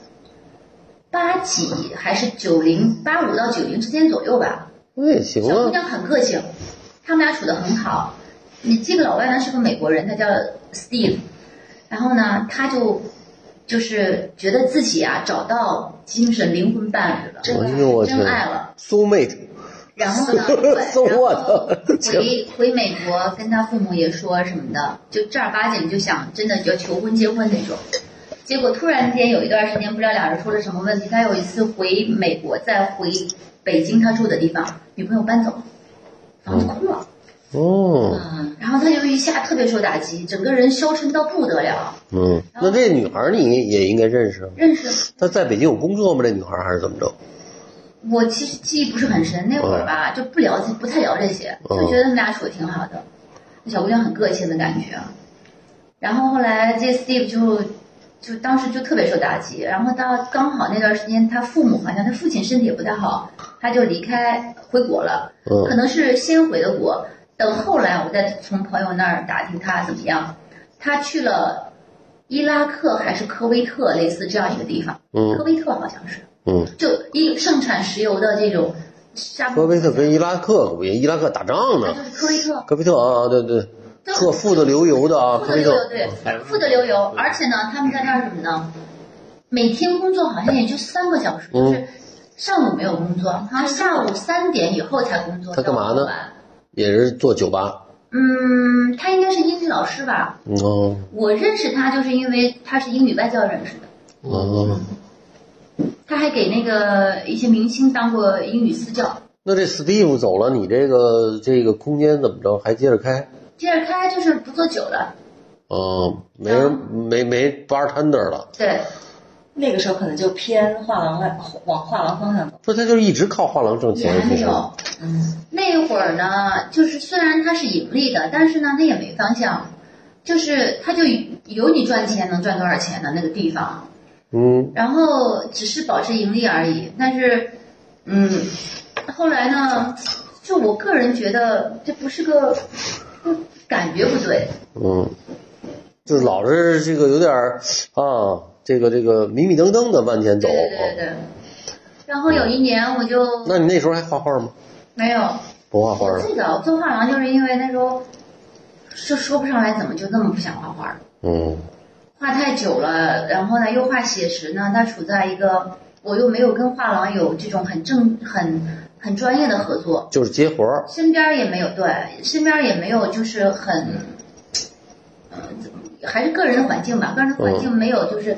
E: 八几还是九零八五到九零之间左右吧。
A: 那也行
E: 小姑
A: 啊。
E: 娘很个性，他们俩处得很好。你这个老外呢是个美国人，他叫 Steve，然后呢他就就是觉得自己啊找到精神灵魂伴侣了，
A: 哎呦我天
E: 真爱了。
A: ，soul mate。
E: 然后呢，对
A: So
E: 然
A: what？
E: 后回回美国跟他父母也说什么的，就正儿八经就想真的要求婚结婚那种。结果突然间有一段时间，不知道俩人出了什么问题。他有一次回美国，再回北京他住的地方，女朋友搬走了，房子空了，
A: 哦，
E: 嗯，然后他就一下特别受打击，整个人消沉到不得了。
A: 嗯，那这女孩儿你也应该认识啊。
E: 认识
A: 她在北京有工作吗？这女孩儿还是怎么着？
E: 我其实记忆不是很深，那会儿吧就不了解，不太聊这些，
A: 嗯
E: 就觉得他们俩处的挺好的，那小姑娘很个性的感觉。啊然后后来这 Steve 就就当时就特别受打击，然后到刚好那段时间他父母好像他父亲身体也不太好，他就离开回国了，
A: 嗯
E: 可能是先回的国，等后来我再从朋友那儿打听他怎么样，他去了伊拉克还是科威特类似这样一个地方，
A: 嗯
E: 科威特好像是。
A: 嗯，
E: 就一盛产石油的这种沙
A: 科
E: 漠
A: 威特跟伊拉克可不一样，伊拉克打仗
E: 它
A: 呢
E: 就。是科威特，
A: 科威特啊，对对，特富的流油的啊，
E: 富
A: 科
E: 得
A: 威
E: 流油，
A: 特。
E: 对，富得流油。而且呢，他们在那儿什么呢？每天工作好像也就三个小时，
A: 嗯
E: 就是上午没有工作，然后下午三点以后才工作。
A: 他干嘛呢
E: 到晚
A: 也是做酒吧。
E: 嗯，他应该是英语老师吧？
A: 嗯哦
E: 我认识他就是因为他是英语外教认识的。
A: 哦，
E: 嗯他还给那个一些明星当过英语私教。
A: 那这 Steve 走了，你这个这个空间怎么着还接着开？
E: 接着开就是不做酒了，
A: 哦，没人
E: 嗯
A: 没没 bartender 了，
E: 对，
C: 那个时候可能就偏画廊外往画廊方向走。
A: 不是他就一直靠画廊挣
E: 也
A: 钱，
E: 还
A: 其
E: 没
A: 实。
E: 有。那会儿呢，就是虽然它是盈利的，但是呢，它也没方向，就是它就有你赚钱能赚多少钱的那个地方，
A: 嗯
E: 然后只是保持盈利而已。但是，嗯，后来呢，就我个人觉得这不是个，感觉不对，
A: 嗯，就是老是这个有点儿啊，这个这个迷迷瞪瞪的往前走啊
E: 对。对对对。然后有一年我就
A: 那你那时候还画画吗？
E: 没有，
A: 不画画
E: 我
A: 了。
E: 最早做画廊就是因为那时候，就说不上来怎么就那么不想画画了。
A: 嗯
E: 画太久了，然后呢又画写实呢，它处在一个我又没有跟画廊有这种很正很很很专业的合作，
A: 就是接活儿，
E: 身边儿也没有对，身边儿也没有就是很，呃，还是个人的环境吧，个人的环境没有就是。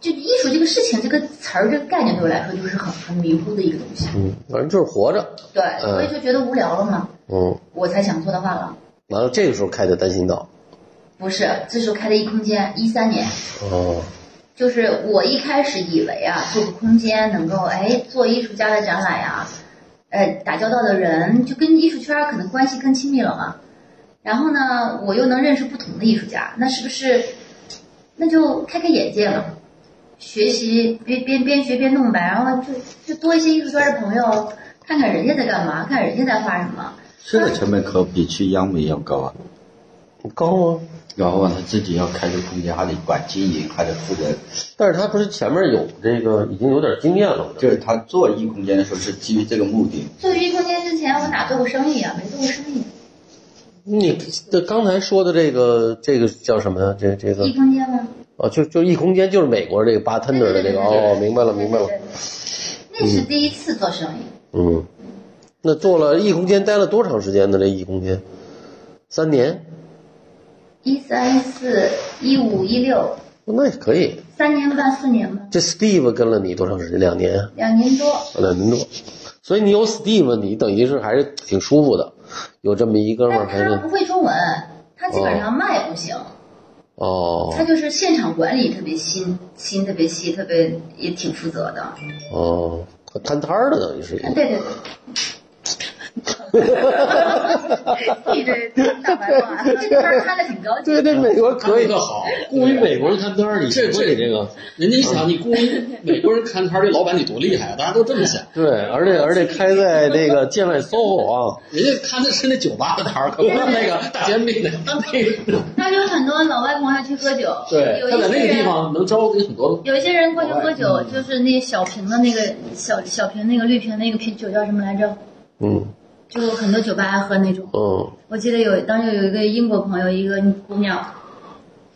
E: 就艺术这个事情，这个词儿，这个概念对我来说就是很很迷糊的一个东西，
A: 嗯，反正就是活着，
E: 对，所以就觉得无聊了嘛，
A: 嗯，
E: 我才想做的画廊，
A: 完了这个时候开的单行道，
E: 不是，这时候开的一空间，一三年，
A: 哦，
E: 就是我一开始以为啊，做个空间能够哎做艺术家的展览呀、呃打交道的人就跟艺术圈可能关系更亲密了嘛。然后呢，我又能认识不同的艺术家，那是不是那就开开眼界了？学习边边边学边弄呗，然后就就多一些艺术圈的朋友，看看人家在干嘛，看人家在画什么。
D: 这个成本可比去央美要高啊。
A: 高吗？
D: 然后啊他自己要开这空间，还得管经营，还得负责。
A: 但是他不是前面有这个已经有点经验了吗，
D: 就是他做异空间的时候是基于这个目的。
E: 做艺空间之前，我哪做过生意啊？没做过生意。
A: 你这刚才说的这个这个叫什么呀？这这个
E: 艺空间吗？
A: 啊，就就异空间就是美国这个 bartender 的这个哦，明白了明白了
E: 对。，对对那是第一次做生意，
A: 嗯，那做了异空间待了多长时间呢？这异空间三年，
E: 一三四一五一六
A: 哦那也可以。
E: 三年半四年吧，
A: 这 Steve 跟了你多长时间？两年啊，
E: 两年多。
A: 两年多。所以你有 Steve，你等于是还是挺舒服的，有这么一哥们儿
E: 但
A: 还
E: 他
A: 是
E: 不会中文，他基本上卖不行，
A: 哦
E: 他就是现场管理特别心心特别细，特别也挺负责的。
A: 哦，摊摊儿的等于是一
E: 啊
A: 个。
E: 对对对。你这大白话，这摊儿开的挺高级
A: 对，。对，美国可
F: 可
A: 以
F: 以个好，
A: 雇一美国人摊摊儿，你
F: 这
A: 说你这个
F: 人家一 想，你雇一美国人看摊儿，这老板得多厉害啊！大家都这么想，
A: 对，而且而且开在那个建外 SOHO 啊，
F: 人家看的是那酒吧的摊儿，可不是那个大煎饼的那个。
E: 那有很多老外朋友去喝酒，
F: 对，
E: 有
F: 他
E: 一
F: 在
E: 些
F: 那个地
E: 人
F: 方能招给很多
E: 有一些人过去喝酒，
A: 嗯
E: 就是那小瓶的那个小小瓶那个绿瓶那个啤酒叫什么来着？
A: 嗯
E: 就很多酒吧爱喝那种。
A: 嗯
E: 我记得有当时有一个英国朋友，一个姑娘，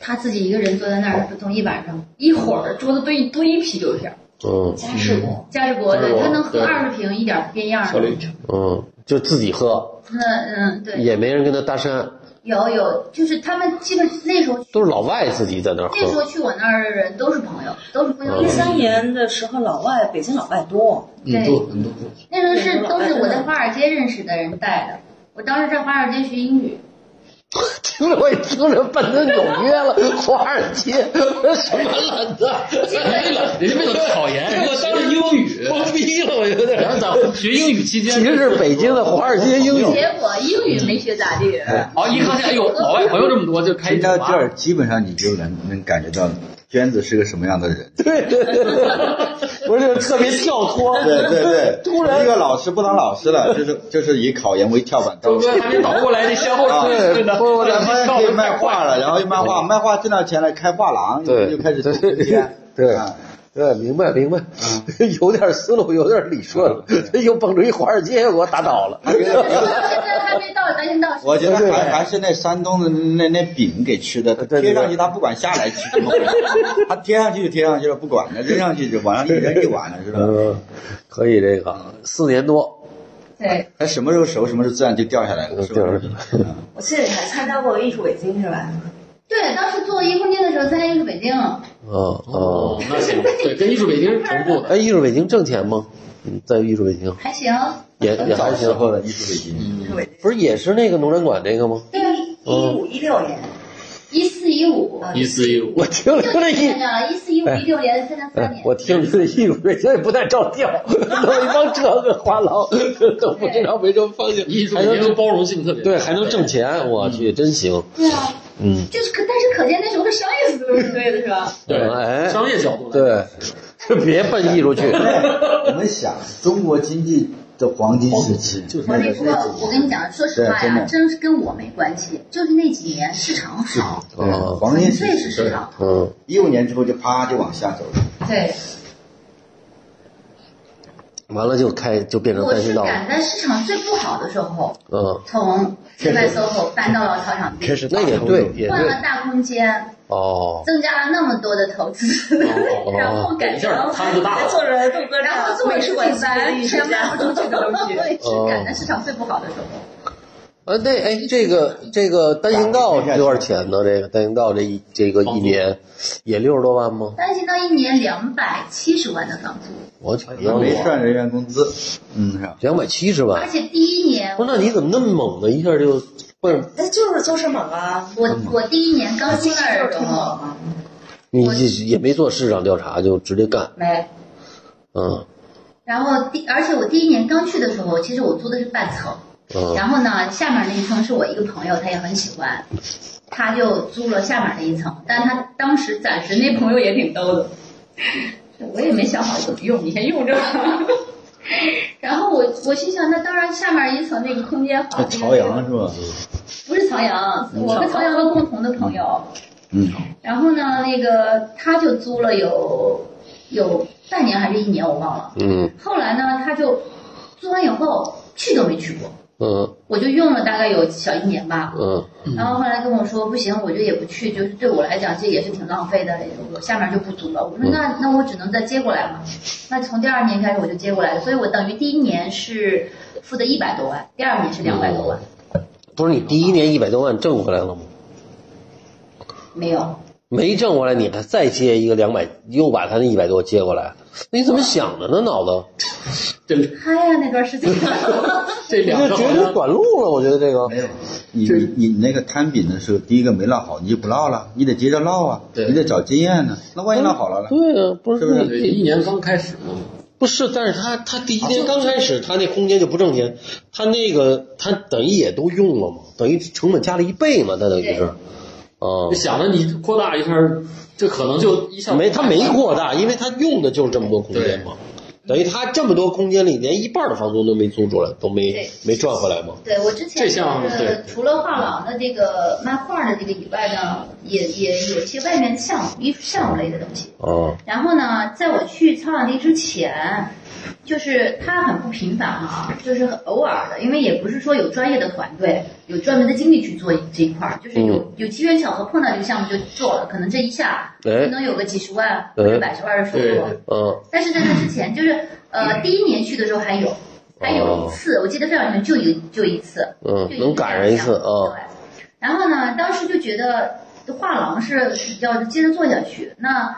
E: 她自己一个人坐在那儿从一晚上，一会儿桌子堆堆啤酒瓶儿，
A: 嗯
C: 嘉士伯，
E: 嘉士伯
A: 嘉士
E: 对，
A: 伯
E: 她能喝
A: 对
E: 二十瓶，一点儿不变样儿。
A: 嗯，就自己喝，
E: 那嗯，对，
A: 也没人跟他搭讪，
E: 有有，就是他们基本那时候去
A: 都是老外自己在那儿
E: 那时
A: 喝。
E: 候去我那儿的人都是朋友，都是朋友
A: 嗯
C: 一。三年的时候，老外北京老外多，
E: 对
F: 很多很多。
E: 那时候是都是我在华尔街认识的人带的，我当时在华尔街学英语。
A: 听 着我也听着奔着纽约了，华尔街，什么烂 蛋，
F: 人家为了考研，人家当着英语，
A: 懵逼了，我有点
F: 然后
A: 儿。
F: 在学英语期间，
A: 其实是北京的华尔街英语，
E: 结果英语没学咋地，啊
F: 哦，一看见哎呦，老外朋友这么多，就开
D: 听
F: 酒
D: 到这
F: 吧。
D: 儿，基本上你就能能感觉到娟子是个什么样的人。
A: 对对对，对我这特别跳脱，
D: 对对对，
A: 突然
D: 一个老师不当老 师了，就是就是以考研为跳板到
F: 周哥还没倒过来，这先后顺序呢。
A: 对不
D: 后来发现可以卖画
F: 了。
D: 了，然后又卖画，卖画挣到钱了，开画廊，
A: 对
D: 就开始做空间。
A: 对
D: 啊
A: 对，明白明白， 有点思路，有点理顺了，又蹦出一华尔街，给我打 倒了。
D: 嗯
E: 现在还没到南京道士。
D: 我觉得
A: 对对
D: 还还是那山东的那那饼给吃的，
A: 对对
D: 贴上去他不管下来吃什么 回事，他贴上去就贴上去了，不管了，扔上去就往上一扔就完了，是吧？
A: 嗯，可以这个四年多，
E: 对，
D: 它什么时候熟，什么时候自然就掉下来了，是吧
A: 掉下来？
D: 嗯
C: 我记得你还参加过艺术北京是吧？
E: 对，当时做一空间的时候参加艺术北京，
A: 嗯嗯
F: 哦，，那行， 对，跟艺术北京是同步的。
A: 哎，艺术北京挣钱吗？嗯，在艺术北京
E: 还行。
A: 也也
D: 早
A: 还
D: 时
A: 行，
D: 候的艺术北京，
C: 艺术北京
A: 不是也是那个农展馆那个吗？
E: 对，
C: 一五一六年，
E: 一四一五，
F: 一四一五，
A: 我听了
E: 就
A: 这
E: 参
A: 一，
E: 加了一四一五一六年参加三
A: 哎
E: 年，。
A: 我听了这艺术北京也不带照调，弄一帮这个花廊都不知道没什么方向，
F: 艺术
A: 还
F: 北
A: 能
F: 京包容性特别
A: 对还能挣钱，我去真行，
E: 对啊，
A: 嗯，
E: 就是可，但是可见那时候的商业思路是对的，是吧？
A: 哎
F: 对商业角度来
A: 对， 别奔艺术去，嗯
D: 我们想中国经济的黄金时期，
F: 就是
E: 我那时候，我跟你讲，说实话
D: 对真
E: 呀，
D: 的
E: 真是跟我没关系，就是那几年市场好，
A: 嗯
D: 哦黄金
E: 纯
D: 时
E: 粹是
D: 期，
E: 市场。
A: 嗯，
D: 一五年之后就啪就往下走了。
E: 对，
A: 完了就开就变成
E: 我
A: 单行
E: 是
A: 道，
E: 赶在市场最不好的时候，
A: 嗯，
E: 从室外 SOHO 搬到了操场地
A: 那也对，也
E: 换
A: 对
E: 了，大空间，
A: 哦，
E: 增加了那么多的投资，
A: 哦
E: 然后感觉
F: 没事摊子大了
C: 做着豆哥这样，
E: 然后做
C: 美
E: 事
C: 术
E: 情
C: 馆级的
E: 完
C: 艺术
E: 全卖
C: 家
E: 不出去的东西， 对，
A: 哦
E: 质感在市场最不好的时候，
A: 呃，那哎，这个这个单行道多少钱呢？这个单行道这一这个一年也六十多万吗？
E: 单行道一年两百七十万的房租，
A: 我操，
D: 也没算人员工资，嗯，是吧
A: 两百七十
E: 而
A: 万！
E: 且第一年
A: 不是，那你怎么那么猛呢？一下就奔
C: 那就是做市场 啊，
E: 我我第一年刚出
C: 进
E: 来的时候，
C: 嘛。
A: 你这也没做市场调查就直接干，
E: 没，
A: 嗯
E: 然后第而且我第一年刚去的时候，其实我租的是半层，
A: 嗯
E: 然后呢，下面那一层是我一个朋友，他也很喜欢，他就租了下面那一层，但他当时暂时那朋友也挺逗的，我也没想好怎么用，你先用着吧。 然后我我心想，那当然下面一层那个空间好
D: 那，朝阳是吧？
E: 不是朝阳，我跟朝阳的共同的朋友，
D: 嗯，
E: 然后呢，那个他就租了有有半年还是一年，我忘了。
A: 嗯
E: 后来呢，他就租完以后去都没去过，
A: 嗯
E: 我就用了大概有小一年吧。
A: 嗯
E: 然后后来跟我说不行，我就也不去，就是对我来讲这也是挺浪费的，我下面就不租了。我说
A: 嗯
E: 那那我只能再接过来嘛。那从第二年开始我就接过来了，所以我等于第一年是付的一百多万，第二年是两百多万，
F: 嗯
A: 不是你第一年一百多万挣回来了吗？
E: 没有。
A: 没挣回来，你还再接一个两百，又把他那一百多接过来，那你怎么想的呢？脑子
F: 这
E: 嗨呀，那段时 间，
F: 这两
A: 这
F: 个好
A: 绝对
F: 像
A: 短路了，我觉得这个
D: 没有，你你你那个摊饼的时候，第一个没烙好，你就不烙了，你得接着烙啊，
F: 对
D: 你得找经验呢。那万一烙好了呢？
A: 对啊，不是
D: 是不是
F: 对一年刚开始嘛，
A: 不是，但是他他第一天刚开始，他那空间就不挣钱，他那个他等于也都用了嘛，等于成本加了一倍嘛，他等于是，啊
F: 就，想着你扩大一下，这可能就一下
A: 没他没扩大，因为他用的就是这么多空间嘛，等于他这么多空间里连一半的房租都没租出来，都没
E: 对
A: 没赚回来嘛。
E: 对我之前
F: 这项
E: 就是
F: 对
E: 除了画廊的这个漫画的这个以外呢，也也有一些外面的项目、艺术项目类的东西。
A: 啊，
E: 然后呢，在我去草场地之前，就是它很不频繁哈、就是很偶尔的，因为也不是说有专业的团队、有专门的精力去做这一块儿，就是有、有机缘巧合碰到这个项目就做了，可能这一下
A: 哎
E: 就能有个几十万或者百十万的收
F: 对
E: 入。
F: 对
A: 嗯
E: 但是在那之前，就是呃，第一年去的时候还
A: 哦
E: 有，还有一次，我记得非常清楚，就一就一次，
A: 嗯
E: 就
A: 能赶上一次啊
E: 对。然后呢，当时就觉得画廊是要接着做下去，那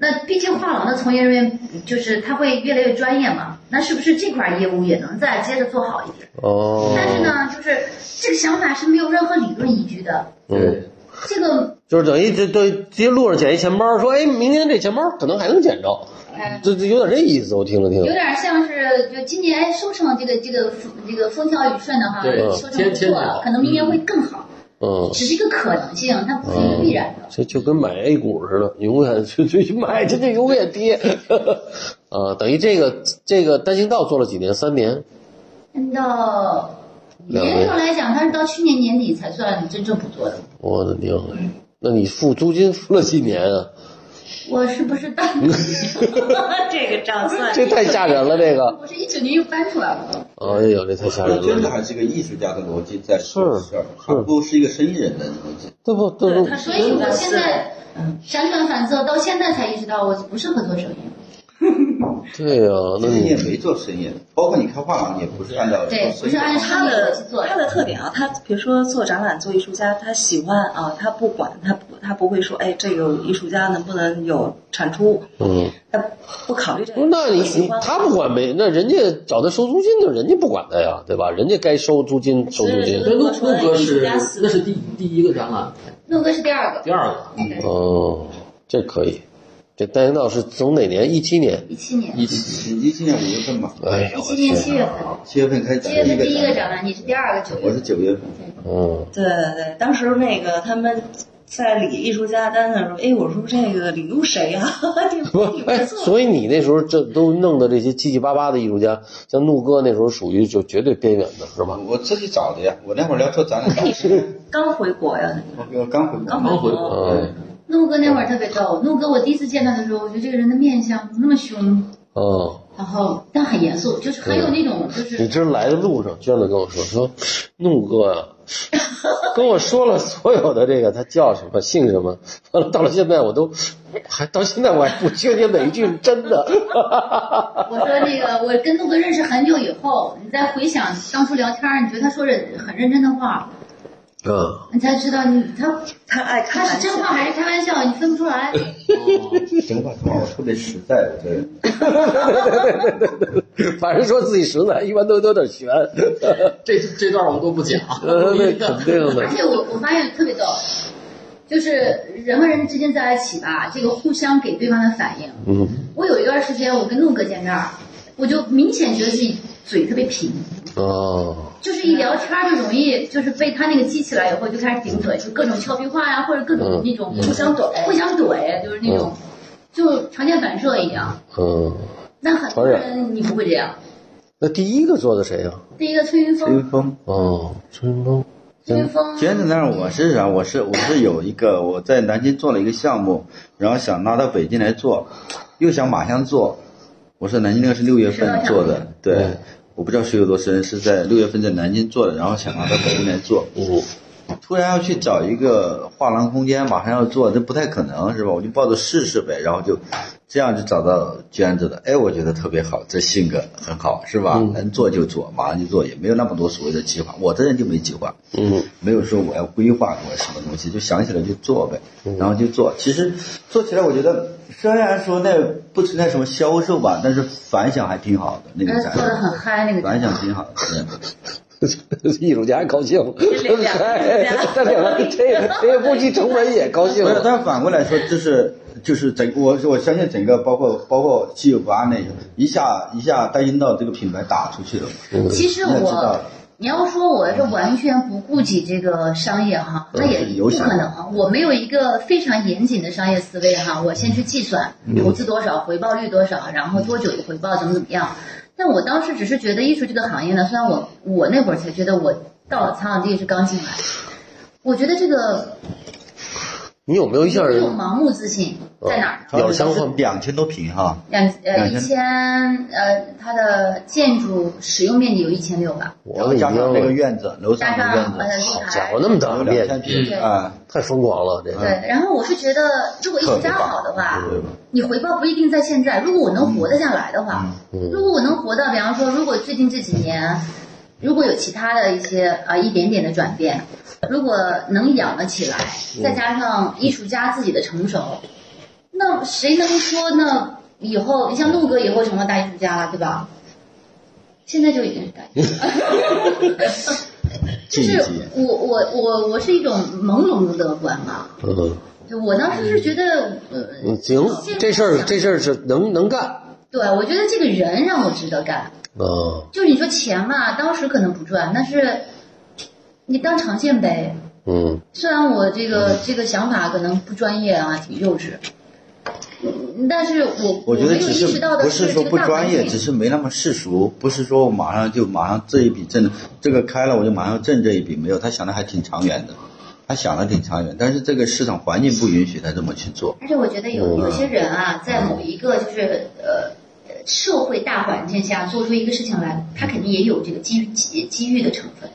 E: 那毕竟画廊的从业人员就是他会越来越专业嘛，那是不是这块业务也能再接着做好一点？
A: 哦，
E: 但是呢，就是这个想法是没有任何理论依据的，
A: 嗯，
E: 这个
A: 就是等于这这直接路上捡一钱包，说哎，明天这钱包可能还能捡着，
E: 哎
A: 这这有点这意思，我听着听
E: 有
A: 着。
E: 点像是就今年收成这个这个风这个风调雨顺的哈，
F: 对
E: 收成不
F: 天天
E: 错
F: 就好
E: 了，可能明年会更好，
A: 嗯，
E: 只是一个可能性，它不是一个必然的。
A: 这就跟买 A 股似的，永远就就去买，这就永远跌。啊，等于这个这个单行道做了几年？三年。
E: 按照
A: 两
E: 严格来讲，它是到去年年底才算真正不做的。
A: 我的娘哎！那你付租金付了几年啊？
E: 我是不是到？
C: 这个账算
A: 这太吓人了，这个。
E: 我是一九年又搬出来了。
A: 哎呦，这太吓
D: 我呃真
A: 人
D: 的
A: 了。
D: 还是个艺术家的逻辑在做
A: 是
D: 事儿，
A: 是
D: 而不是一个生意人的逻辑。
A: 对不？对不
C: 对？他
E: 所以我现在
C: 嗯
E: 辗转反侧，到现在才意识到我不适合做生意。
A: 对呀、那
D: 其实你也
A: 你
D: 没做生意，包括你开画廊也不是按照
E: 对
D: 做生
E: 不
D: 意
E: 是按
D: 的。
C: 他的他的特点啊，他比如说做展览、做艺术家，他喜欢啊，他不管他不他不会说，哎，这个艺术家能不能有产出，
A: 嗯，
C: 他不考虑这
A: 不
C: 个。
A: 是哦那你
C: 他喜
A: 你
C: 欢
A: 他不管没，那人家找他收租金的，人家不管他呀，对吧？人家该收租金收租金
C: 是。
F: 那陆陆哥是
C: 艺术家死
F: 那是第第一个展览，
E: 陆哥是第二
F: 第
E: 个，
F: 二个
A: 哦，这可以。这单行道是从哪年？一七年。
E: 一七年，
F: 一起
D: 你一七年五月份吧，
A: 哎呀，
E: 一
A: 我
E: 七年七
A: 天！
E: 月份，
D: 七月份开始
E: 七
D: 展
E: 月
D: 第一
E: 份
D: 个
E: 第一个展
D: 览，
E: 览，你是第二个九
D: 我
E: 月
D: 是
E: 份。
D: 九月份。
A: 嗯，
C: 对对对，当时那个他们在理艺术家单的时候，哎，我说这个李璐谁呀、 你
A: 不
C: 你，
A: 哎，
C: 们做
A: 所以你那时候这都弄的这些七七八八的艺术家，像怒哥那时候属于就绝对边缘的是吧？
D: 我自己找的呀，我那会儿要做展览，
C: 你是刚回国呀？
D: 我我刚回国
C: 刚。
F: 刚回国
C: 国。
A: 嗯
E: 陆哥那会儿特别逗，陆哥我第一次见他的时候，我觉得这个人的面相怎么那么凶？
A: 嗯，
E: 然后但很严肃，就是很有那种就
A: 你
E: 是
A: 这来的路上，娟子跟我说说，怒哥啊，跟我说了所有的这个他叫什么姓什么，完了到了现在我都还到现在我还不确定哪一句是真的。
E: 我说那个 我跟陆哥认识很久以后，你再回想当初聊天儿，你觉得他说认很认真的话，
A: 嗯，
E: 你才知道你他
C: 他爱开
E: 他
C: 玩
E: 是
C: 笑
E: 真，话还是开玩笑，你分不出来。
D: 行吧，我特别实在，我这人。
A: 反正说自己实在，一般都都有点悬。
F: 这这段我们都不讲，
A: 呃，那 肯定的
E: 而。且我我发现特别逗，就是人和人之间在一起吧，这个互相给对方的反应。
A: 嗯
E: 我有一段时间我跟陆哥见面儿，我就明显觉得自己嘴特别贫，
A: 哦，
E: 就是一聊天儿就容易就是被他那个激起来以后就开始顶嘴，就各种俏皮话呀、或者各种
A: 嗯
E: 那种
C: 互相怼
E: 互相怼，就是那种就条件反射一样。
A: 嗯，
E: 那很多人你不会这样。
A: 那第一个做的谁呀、
E: 第一个崔云
D: 吹
E: 峰，
D: 风，
A: 哦，崔云峰。
E: 崔云峰
D: 娟子那儿我是啥？我是我是有一个我在南京做了一个项目，然后想拉到北京来做，又想马上做。我说南京那个是六月份做的，对，我不知道水有多深，是在六月份在南京做的，然后想拉到北京来做。
A: 嗯
D: 突然要去找一个画廊空间，马上要做，这不太可能是吧？我就抱着试试呗，然后就这样就找到娟子了。哎，我觉得特别好，这性格很好，是吧？能做就做，马上就做，也没有那么多所谓的计划。我这人就没计划，
A: 嗯
D: 没有说我要规划我什么东西，就想起来就做呗，然后就做。其实做起来，我觉得虽然说那不存在什么销售吧，但是反响还挺好的，那个
E: 呃
D: 展
E: 做的很嗨那个
D: 反响挺好的。对
A: 艺术家高兴，他两个这这也不计成本也高兴
D: 不是，但反过来说，就是就是整我我相信整个包括包括七九八那个一下一下单行道这个品牌打出去了，
A: 嗯
E: 其实
D: 那知道
E: 我
D: 了，
E: 你要说我是完全不顾及这个商业哈，那也不可能啊。我没有一个非常严谨的商业思维哈，我先去计算投资多少，回报率多少，然后多久的回报，怎么怎么样。但我当时只是觉得艺术这个行业呢，虽然我我那会儿才觉得我到了苍蝇地是刚进来，我觉得这个
A: 你有没有一下
E: 有一种盲目自信在哪儿呢？
A: 咬相换
D: 两千多平哈，
E: 两呃
D: 两千
E: 一千呃，它的建筑使用面积有一千六吧，
D: 然
A: 我
D: 后
A: 已
D: 加上那个
A: 经
D: 院子，楼上
E: 加上
D: 的院
E: 呃
D: 子，
E: 露
A: 家
E: 台
A: 伙，那么大的
D: 有两
A: 面
D: 千
A: 积，
D: 平啊，
A: 太疯狂了，这个
E: 对，然后我是觉得，如果艺术家好的话
D: 特别棒，
E: 你回报不一定在现在。如果我能活得下来的话，
A: 嗯
E: 如果我能活到，比方说，如果最近这几年，如果有其他的一些啊、呃一点点的转变，如果能养得起来，
D: 嗯
E: 再加上艺术家自己的成熟，那谁能说呢？以后你像陆哥以后成了大艺术家了，对吧？现在就已经是大艺术 家了。就
D: 进一
E: 是
D: 级。
E: 我我我我是一种朦胧的乐观吧，
A: 嗯，
E: 就我当时是觉得，呃，
A: 嗯行，这事儿这事儿是能能干啊
E: 对我觉得这个人让我值得干。，
A: 嗯
E: 就是你说钱嘛，当时可能不赚，但是你当长线呗。
A: 嗯
E: 虽然我这个这个想法可能不专业啊，挺幼稚，嗯但是我
D: 我觉得
E: 没有
D: 只
E: 意识
D: 是
E: 到的
D: 不是
E: 这
D: 说
E: 个
D: 不
E: 大环
D: 专业，
E: 境。
D: 只是没那么世俗，不是说我马上就马上这一笔挣，这个开了我就马上挣这一笔，没有，他想的还挺长远的，他想的挺长远，但是这个市场环境不允许他这么去做。
E: 而且我觉得有有些人啊，在某一个就是呃呃社会大环境下做出一个事情来，他肯定也有这个机遇机机遇的成分。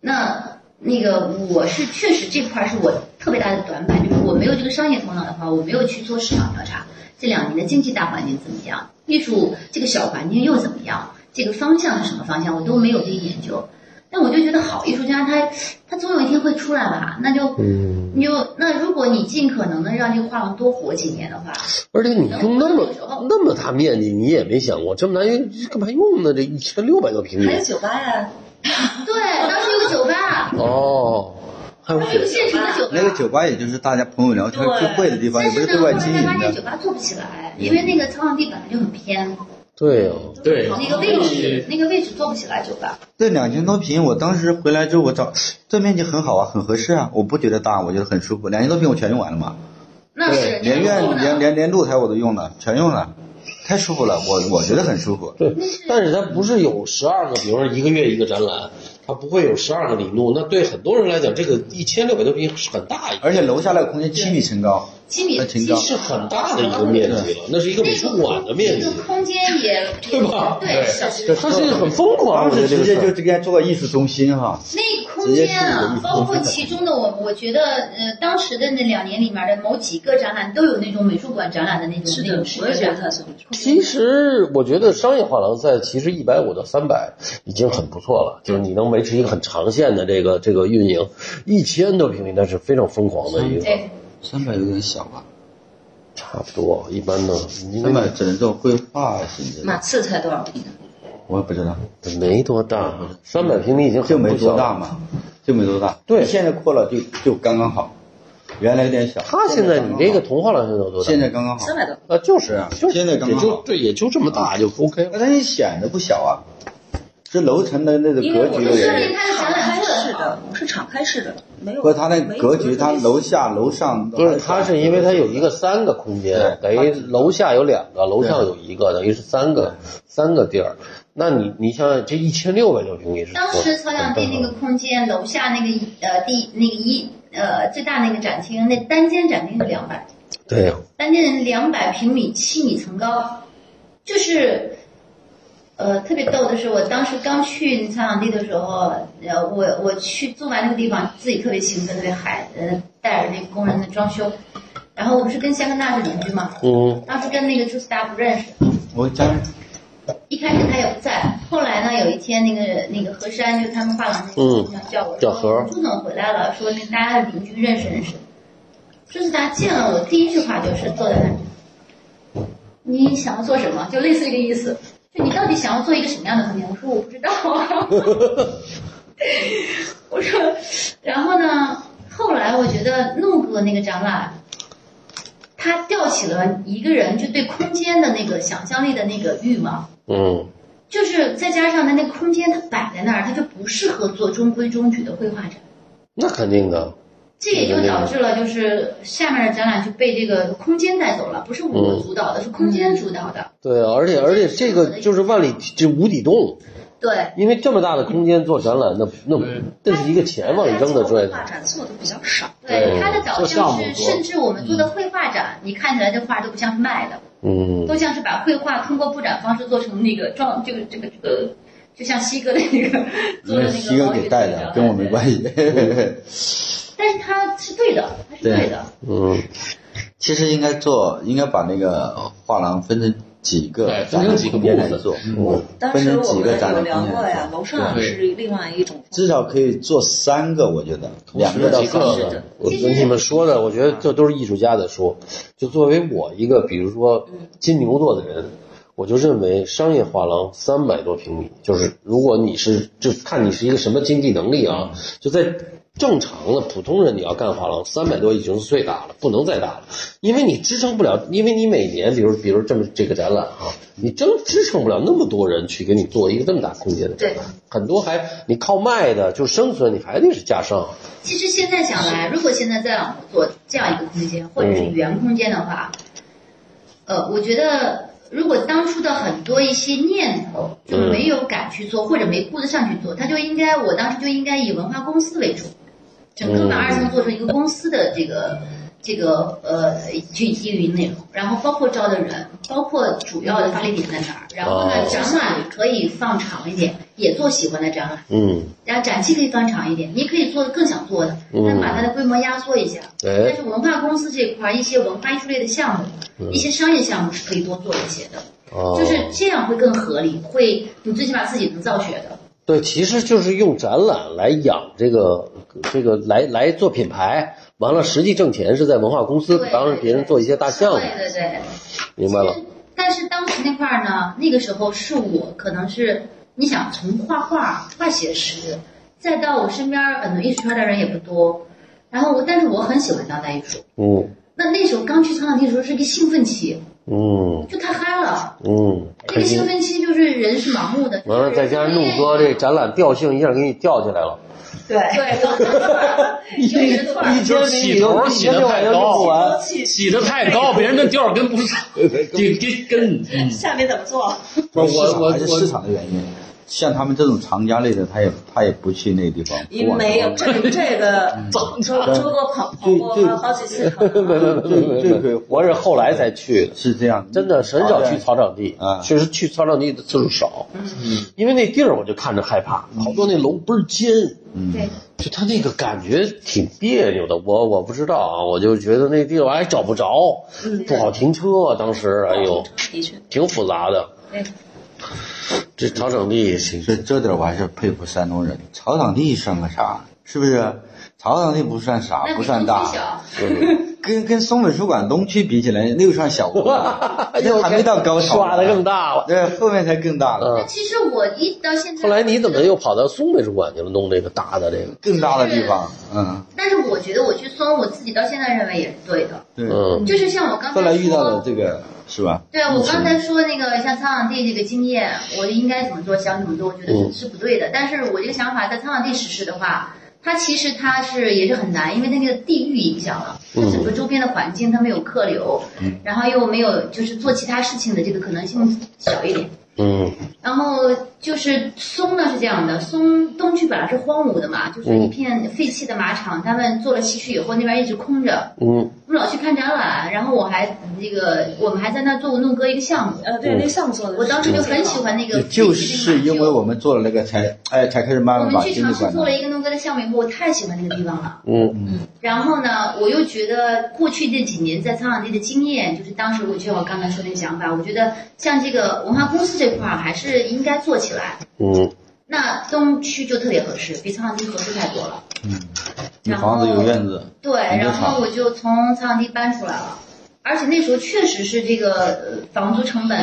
E: 那那个我是确实这块儿是我特别大的短板，就是我没有这个商业头脑的话，我没有去做市场调查。这两年的经济大环境怎么样？艺术这个小环境又怎么样？这个方向是什么方向？我都没有这个研究。但我就觉得好艺术家他他总有一天会出来吧？那就
A: 嗯，
E: 你就那如果你尽可能的让这个画廊多活几年的话，
A: 而且你用那么那么大面积，你也没想过这么大用干嘛用呢？这一千六百多平米
C: 还有酒吧呀，
E: 对，当时有个酒吧，
A: 哦，还有
E: 有个现成的酒吧，
D: 那个酒吧也就是大家朋友聊天
C: 对
D: 聚会的地方，也不是
E: 但是呢，
D: 对
E: 后
D: 外
E: 来
D: 经
E: 他
D: 营
E: 发现
D: 的
E: 酒。吧做不起来，因为那个苍浪地本来就很偏，
A: 对呀、啊
F: 对，
E: 那个位置那个位置做不起来酒吧。
D: 这两千多平，我当时回来之后，我找这面积很好啊，很合适啊，我不觉得大，我觉得很舒服。两千多平我全用完了嘛，
E: 那是
D: 连院连连连露台我都用了，全用了，太舒服了，我我觉得很舒服。
A: 对，但是它不是有十二个，比如说一个月一个展览，它不会有十二个里弄。那对很多人来讲，这个一千六百多平是很大一个，
D: 而且楼下那个空间七米层高，
E: 心理
D: 还挺高
E: 其实
A: 是很大的一个面积了，那是一个美术馆的面积
E: 那个，空间也
F: 对吧
E: 对，
F: 对
E: 小
D: 这
A: 它是很疯狂，我
D: 当
A: 觉
D: 时
A: 得这
D: 直
A: 个事
D: 接就
A: 儿
D: 应该做个艺术中心哈，
E: 那空间啊，包括其中的我，我觉得呃，当时的那两年里面的某几个展览都有那种美术馆展览的那种
C: 是
E: 那
C: 的
E: 种，视
C: 我也觉
E: 觉
C: 得它是美术。
A: 其实我觉得商业画廊赛其实一百五到三百已经很不错了，就是你能维持一个很长线的这个这个运营，一千多平米那是非常疯狂的一个，
E: 对，
D: 三百有点小吧，
A: 差不多一般的，你
D: 三
A: 那
D: 百只能做绘画型
C: 马
D: 的，
C: 刺才多少平？
D: 我也不知道，
A: 没多大，三百平米已经
D: 就
A: 很
D: 没
A: 不小
D: 多
A: 了
D: 大嘛，就没多大，
A: 对
D: 现在扩了就就刚刚好，原来有点小，
A: 他现在你这个童话廊现在有多大？
D: 现在刚刚好，
C: 三百多。
A: 啊，就是
D: 是啊
A: 就是
D: 现在刚
A: 也
D: 刚
A: 就
D: 好
A: 对，也就这么大就 OK 了。
D: 那它显得不小啊，这楼层的那个
C: 因为
D: 格
C: 我
D: 局
C: 们
D: 有
E: 是
D: 点
E: 那。
C: 敞开式
E: 啊
C: 的，我是敞开式的，没有。
D: 不是它那
C: 没有
D: 格局，它
C: 特别
D: 楼下楼上
A: 不是，它是因为它有一个三个空间，等于
D: 对
A: 楼下有两个，楼上有一个，等于是三个三个地儿。那你你想想，这一千六百多平米是
E: 当时曹
A: 啊
E: 两地那个空间，楼下那个呃第那个一呃最大那个展厅，那单间展厅有两百，
A: 对呀，
E: 单间两百平米，七米层高，就是。呃，特别逗的是，我当时刚去采访地的时候，呃，我我去做完那个地方，自己特别兴奋，特别嗨，呃，带着那工人的装修，然后我不是跟香格纳是邻居嘛，
A: 嗯，
E: 当时跟那个朱斯达不认识，
D: 我家
E: 一开始他也不在，后来呢，有一天那个那个何山就他们画廊那个姑娘叫我
A: 嗯叫何
E: 说，朱总回来了，说那大家的邻居认识认识。朱斯达见了我，第一句话就是坐在那里，你想要做什么？就类似于这个意思。就你到底想要做一个什么样的空间？我说我不知道。 我说，然后呢？后来我觉得弄哥那个展览，他吊起了一个人就对空间的那个想象力的那个欲望。
A: 嗯，
E: 就是再加上它那个空间它摆在那儿，它就不适合做中规中矩的绘画展。
A: 那肯定的，
E: 这也就导致了，就是下面的展览就被这个空间带走了，不是我主导的，是空间主导的。
A: 对啊，而且而且这个就是万里这无底洞，
D: 嗯
E: 对，
A: 因为这么大的空间做展览，那那那是一个钱往里扔的
C: 这
A: 拽
C: 个画
A: 的，
C: 展做的比较少，
E: 对，它的导
F: 做项
E: 向
F: 目
E: 是，
F: 做
E: 甚至我们做的绘画展，你看起来这画都不像是卖的，
A: 嗯
E: 都，像是把绘画通过布展方式做成那个装，这个这个这个，就像西哥的那个做的
D: 那
E: 那个
D: 西哥给带的，跟我没关
E: 系。
D: 系。
E: 但是它是对的，它是对的。
A: 嗯，
D: 其实应该做，应该把那个画廊分成几个
F: 对
D: 展
F: 分成
D: 览
F: 几个
D: 空
F: 部
D: 间
F: 分
D: 来做，
A: 嗯
C: 当
D: 分
C: 时
D: 成
C: 我
D: 几
C: 们
D: 个展
C: 有
D: 览
C: 聊
D: 空间
C: 过呀
D: 来，做，
C: 楼上
F: 对
C: 是另外一种，
D: 至少可以做三个，我觉得两个到
A: 几
D: 三个。
A: 个，我觉得你们说的，我觉
E: 啊
A: 得这都是艺术家的说。就作为我一个，比如说
E: 嗯
A: 金牛座的人，我就认为商业画廊三百多平米，就是如果你是就看你是一个什么经济能力啊，就在正常的普通人你要干画廊，三百多已经是最大了，不能再大了，因为你支撑不了，因为你每年比如比如这么这个展览啊，你真支撑不了那么多人去给你做一个这么大空间的展览，很多还你靠卖的就生存，你还得是加上。
E: 其实现在想来，如果现在再让我做这样一个空间，或者是原空间的话，呃，我觉得如果当初的很多一些念头就没有敢去做，或者没顾得上去做，他就应该，我当时就应该以文化公司为主，整个把二层做成一个公司的这个。这个呃，去基于内容，然后包括招的人，包括主要的发力点在哪儿，然后呢
A: 哦，
E: 展览可以放长一点，也做喜欢的展览，
A: 嗯，
E: 然后展期可以放长一点，你可以做更想做的，但把它的规模压缩一下。但
A: 哎
E: 是，文化公司这块儿一些文化艺术类的项目，一些商业项目是可以多做一些的，
A: 嗯哦
E: 就是这样会更合理，会你最起码自己能造血的。
A: 对，其实就是用展览来养这个这个来来做品牌，完了实际挣钱是在文化公司
E: 对
A: 帮着别人做一些大项目，
E: 对对对，
A: 明白了
E: 其？实。但是当时那块儿呢，那个时候是我可能是你想从画画、画写实，再到我身边儿很多艺术圈的人也不多，然后我但是我很喜欢当代艺术。
A: 嗯
E: 那那时候刚去苍老地的时候是个兴奋期，
A: 嗯
E: 就太嗨了。
A: 嗯，
E: 那
A: 开
E: 个兴
A: 心。
E: 奋期就是人是盲目的，
A: 完了，再加上怒哥这展览调性一下给你吊起来了，
C: 对，
E: 对，有一个段
A: 一
E: 儿，
A: 千
F: 起头起得太高
A: 不完，
F: 起得太高，别人的调儿跟不上，给给跟。嗯
C: 下面怎么做？
A: 不是
D: 市场
A: 我我
D: 还是
A: 我
D: 市场的原因，像他们这种藏家类的，他也他也不去那个地方。
C: 因为没有
D: 不
C: 这这个，
D: 嗯
C: 周周哥跑跑过
D: 对对
C: 好几次场，
A: 没没没 没没
D: 这个
A: 没，我是后来才去的
D: 往，是这样，
A: 真的很少去草场地
D: 啊嗯
A: 确实去草场地的次数少，因为那地儿我就看着害怕，好多那楼倍儿
D: 嗯
A: 尖，
E: 对，
A: 就他那个感觉挺别扭的，我我不知道啊，我就觉得那地方还找不着，不好停车、啊，当时哎呦，
C: 的确，
A: 挺复杂的。
C: 对，
A: 这草场地也行，
D: 这这点儿我还是佩服山东人，草场地算个啥？是不是？草场地不算啥，
E: 那
D: 啊不
E: 比
D: 算
E: 东
D: 大
E: 区。小，
A: 嗯
D: 跟跟松美术馆东区比起来，那个算小 国了，那还没到高潮，
A: 耍的更大了。
D: 对，后面才更大了，
E: 那
A: 嗯，
E: 其实我一到现在，
A: 后来你怎么又跑到松美术馆去了？弄这个大的这个，
D: 更大的地方，嗯，
E: 但是我觉得我去松，我自己到现在认为也是对的，
D: 对。
A: 嗯
E: 就是像我刚才
D: 后
E: 说，
D: 来遇到了这个是吧？
E: 对啊我刚才说那个像苍场地这个经验，我应该怎么做，想怎么做，我觉得是是不对的。但是我这个想法在苍场地实施的话，它其实它是也是很难，因为那个地域影响了，它整个周边的环境它没有客流，然后又没有就是做其他事情的这个可能性小一点。
A: 嗯
E: 然后就是松呢是这样的，松东区本来是荒芜的嘛，就是一片废弃的马场，他们做了西区以后，那边一直空着。
A: 嗯
E: 我们老去看展览，然后我还那个我们还在那儿做过弄哥一个项目，
C: 呃，
D: 嗯
C: 对那项目做的，
E: 我当时就很喜，欢那个
D: 也就是因为我们做了那个才，哎，才开始慢
E: 我
D: 慢
E: 们
D: 把
E: 去
D: 经
E: 尝
D: 济
E: 试
D: 管到
E: 做。了一个弄哥的项目以后，我太喜欢那个地方了。
A: 嗯
E: 然后呢，我又觉得过去这几年在苍场地的经验，就是当时我就像我刚才说那个想法，我觉得像这个文化公司这块儿还是应该做起来。
A: 嗯，
E: 那东区就特别合适，比苍场地合适太多了。
D: 有嗯房子有院子，
E: 对，
D: 停车
E: 然
D: 场
E: 后我就从苍场地搬出来了，而且那时候确实是这个呃房租成本，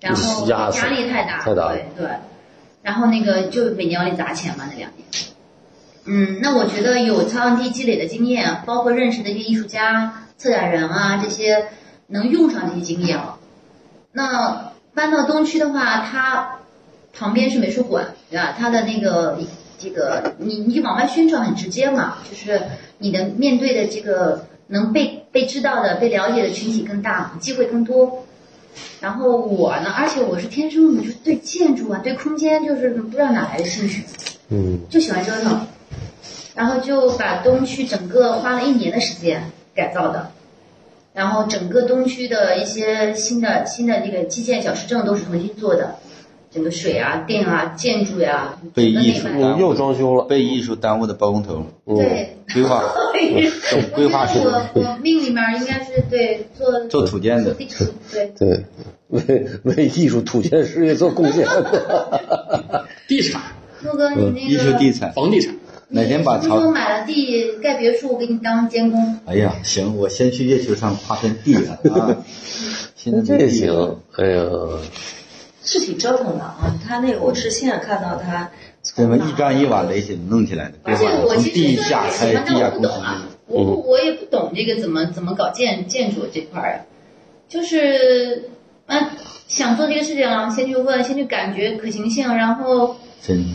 E: 然后
A: 压
E: 压
A: 死
E: 力太大，
A: 太大了
E: 对对，然后那个就每年往里砸钱嘛，那两年。嗯，那我觉得有苍场地积累的经验，包括认识的一些艺术家、策展人啊，这些能用上这些经验了。那搬到东区的话，它旁边是美术馆，对吧？它的那个这个，你你往外宣传很直接嘛，就是你的面对的这个能被被知道的、被了解的群体更大，机会更多。然后我呢，而且我是天生我就对建筑啊、对空间就是不知道哪来的兴趣，
A: 嗯
E: 就喜欢折腾，然后就把东区整个花了一年的时间改造的，然后整个东区的一些新的新的那个基建小市政都是重新做的，整个水啊、电啊、建筑呀、
D: 被
E: 整个
D: 艺术
E: 那块
A: 嗯，又装修了。
D: 被艺术耽误的包工头，
A: 嗯，
E: 对。
D: 规划懂规划
E: 我觉
D: 是
E: 得我我命里面应该是对做
D: 做土建的
E: 做地图对
A: 对，为为艺术土建事业做贡 献的。
F: 地产、
E: 陆哥，你那个
D: 嗯艺术地产。
F: 房地产，
E: 你
D: 哪天把
E: 什么时候
D: 曹，
E: 买了地盖别墅，我给你当监工。
D: 哎呀，行，我先去月球上画片地啊， 啊现在
A: 这
D: 没
A: 也
D: 地了
A: 行，哎呀，
C: 是挺折腾的啊。他那个我是亲眼看到他
D: 这
C: 从
D: 么
C: 哪
D: 一砖一瓦垒起来弄起来的，规
E: 而且
D: 划的
E: 我
D: 从
E: 其
D: 地
E: 实虽然
D: 下
E: 也
D: 开
E: 喜欢，
D: 地下工
E: 但我不懂
D: 程嗯
E: 啊，我不我也不懂这个怎么怎么搞建建筑这块儿啊，就是嗯想做这个事情啊，先去问，先去感觉可行性，然后
D: 真厉害。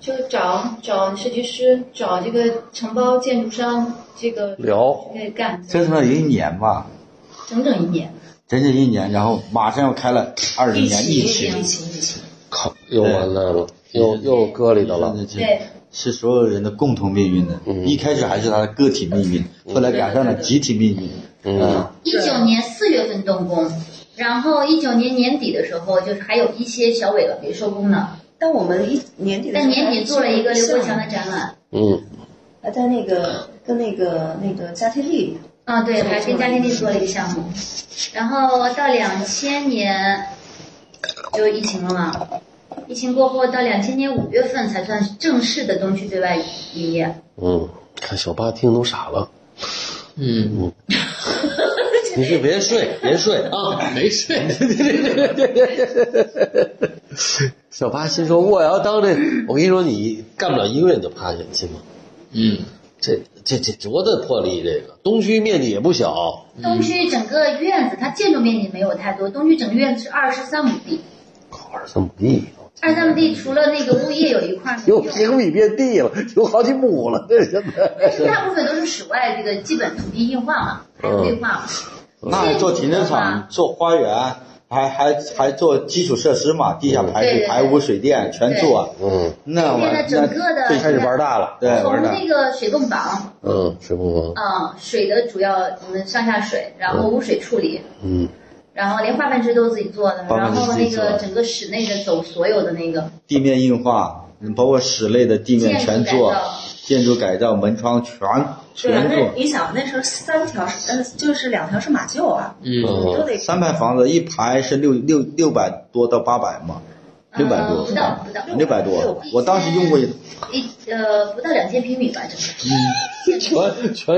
E: 就找找设计师，找这个承包建筑商，这个
A: 聊
E: 可以干
D: 折腾了一年吧，
E: 整整一年。
D: 整整一年，然后马上要开了二十
C: 一
D: 年
C: 起
D: 疫
C: 一起
D: 情，
C: 一起，
A: 靠，又完蛋了，又又搁里头了。
D: 嗯
E: 对，
D: 是所有人的共同命运的。一开始还是他的个体命运，后来赶上了集体命运。嗯，
E: 一九年四月份动工，然后一九年年底的时候，就是还有一些小尾巴没收工呢。
C: 但我们一年底的时
E: 但
C: 候，
E: 年底做了一个刘国强的展览，
A: 嗯
C: 呃，在那个跟那个那个加天利，
E: 啊，对，还跟嘉天地做了一个项目，然后到两千年就疫情了嘛，疫情过后到两千年五月份才算是正式的东区对外营业。
A: 嗯，看小八听都傻了。
F: 嗯。
A: 你就别睡，别睡
F: 啊，没事，
A: 小八心说：“我要当这，我跟你说，你干不了一个月你就趴下，信吗？
F: 嗯，
A: 这这这多大魄力！这个东区面积也不小，
E: 东区整个院子，它建筑面积没有太多，东区整个院子是二十三亩地，
A: 靠二三亩地，
E: 二十三亩地除了那个物业有一块没
A: 有
E: 有，
A: 平米变地了，有好几亩了，这现在。
E: 但是大部分都是室外这个基本土地硬化嘛，还有绿化嘛。嗯
D: 那做停车场、做花园，还还还做基础设施嘛，地下排
E: 嗯对对
D: 水、
E: 对
D: 排污、水电全做。啊
A: 嗯
D: 那
E: 现在
D: 玩
E: 整个的
D: 那对开始玩大了，对，
E: 从
D: 玩大。
E: 那个水泵房，
A: 嗯，水泵房，
E: 嗯，水的主要我们上下水，然后污水处理，
A: 嗯
E: 然后连化粪池都是自己做的，
D: 化
E: 然
D: 粪池
E: 后
D: 自己
E: 那
D: 做
E: 个整个室内的走所有的那个
D: 地面硬化，嗯包括室内的地面全做
E: 建筑改造，
D: 建筑改造、门窗全
C: 对啊，
D: 全
C: 那
D: 做，
C: 你想那时候三条是呃，就是两条是马厩啊，
F: 嗯，
C: 都
A: 嗯
C: 得
D: 三排房子一排是六六六百多到八百嘛，六百
E: 呃
D: 多
E: 不到不到
D: 六百多，我当时用过一
E: 一呃不到两千平米吧，整个
A: 全全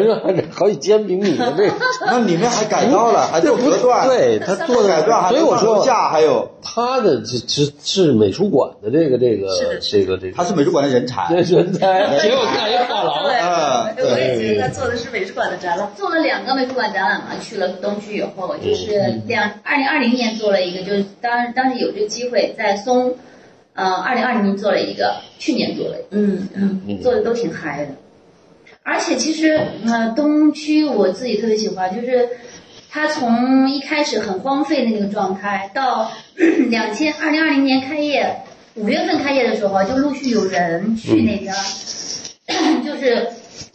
A: 是还是好几千平米的这个。
D: 那里面还改造 了，还做隔断，
A: 对他
D: 做
A: 做
D: 改
A: 的
D: 造，还
A: 所以
D: 有
A: 我说
D: 楼架，还有
A: 他的这这是美术馆的这个这个
C: 是的
A: 这个这
D: 他
A: 个，
D: 是美术馆的人
A: 这
D: 才，
A: 人才
F: 结果看一画廊，
D: 嗯
C: 对，我也觉
A: 对
C: 得他做的是美术馆的展览。
E: 做了两个美术馆展览嘛，去了东区以后，就是
D: 嗯
E: 两二零二零年做了一个，就是当当时有这个机会在松，呃二零二零年做了一个，去年做了一个
C: 嗯嗯，
E: 做的都挺嗨的。而且其实，呃，东区我自己特别喜欢，就是它从一开始很荒废的那个状态，到 两千二零二零年开业，五月份开业的时候，就陆续有人去那边儿， 就是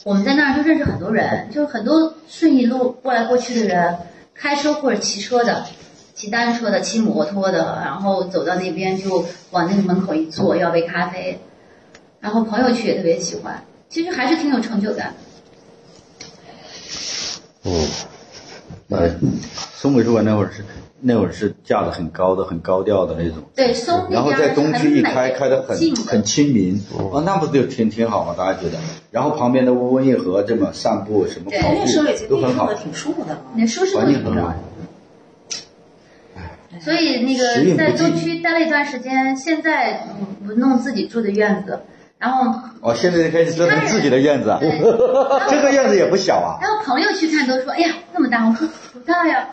E: 我们在那儿就认识很多人，就是很多顺义路过来过去的人，开车或者骑车的。骑单车的，骑摩托的，然后走到那边就往那个门口一坐，要杯咖啡，然后朋友去也特别喜欢，其实还是挺有成就感。
A: 嗯，
D: 哎，松美术馆那会儿是那会儿是架子很高的、很高调的那种，
E: 对，松那
D: 然后
E: 边
D: 在东
E: 还是
D: 区一
E: 很
D: 开，
E: 美
D: 开的很
E: 静
D: 很亲民，啊，那不就挺挺好吗？大家觉得？然后旁边的温温夜河这么散步，什么
E: 对
D: 跑
C: 哎那时候已
D: 嗯
C: 经
D: 步都很
C: 弄
D: 好
C: 得，挺舒服的了。
E: 那舒适度
D: 环境
E: 很
D: 很好
E: 高。。所以那
D: 时运
E: 个
D: 不
E: 在
D: 济
E: 东区待了一段时间，现在嗯我弄自己住的院子，然后
D: 哦，现在就开始折腾自己的院子啊，
E: 对，
D: 这个院子也不小 啊，
E: 然后朋友去看都说，哎呀那么大，我说不大呀，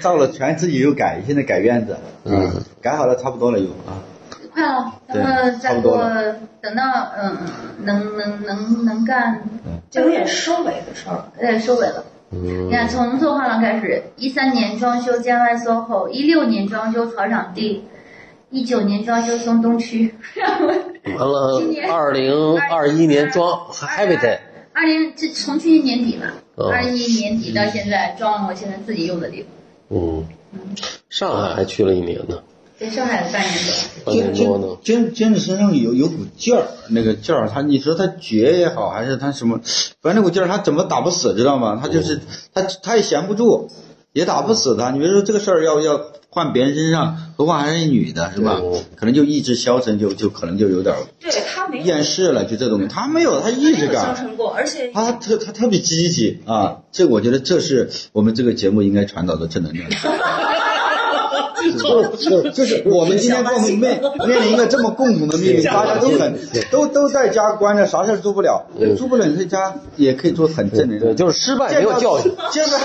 D: 造了全自己又改，现在改院子，
A: 嗯，
D: 改好了差不多了又啊。
E: 快了，咱
D: 对
E: 们
D: 差
E: 再
D: 不多
E: 过等到嗯能能能能干，
C: 就有点收尾的事儿了。
E: 呃收尾了。你
A: 嗯
E: 看，从做画廊开始，一三年装修江湾 SOHO，一六年装修草场地，一九年装修松东区，
A: 完了
E: 今，年
A: 二零二一年装还没得，
E: 二零这从去年年底嘛，
A: 哦
E: 二一年底到现在装了我现在自己用的地方，
A: 嗯，上海还去了一年呢，
E: 在上海有半年多。
A: 半年多呢，
D: 金金子身上有有股劲儿，啊那个劲儿，他你说他倔也好，还是他什么，反正那股劲儿他怎么打不死，知道吗？他
C: 嗯
D: 就是他他也闲不住，也打不死他。你别说这个事儿要要换别人身上，何况还是一女的，是吧
A: 对？
D: 可能就意志消沉，就就可能就有点
C: 对他没有
D: 厌世了，就这东西。他没有，他
C: 没
D: 意志
C: 有消
D: 感，
C: 沉过，而且
D: 他特他特别积极啊。这我觉得这是我们这个节目应该传导的正能量。就是就是 我们今天共同面面临一个这么共同的命运，大家都很都都在家关着，啥事儿做不了，做不了在家也可以做很正能
A: 嗯对，
D: 量。
A: 就是失败没有 教训，
D: 见到，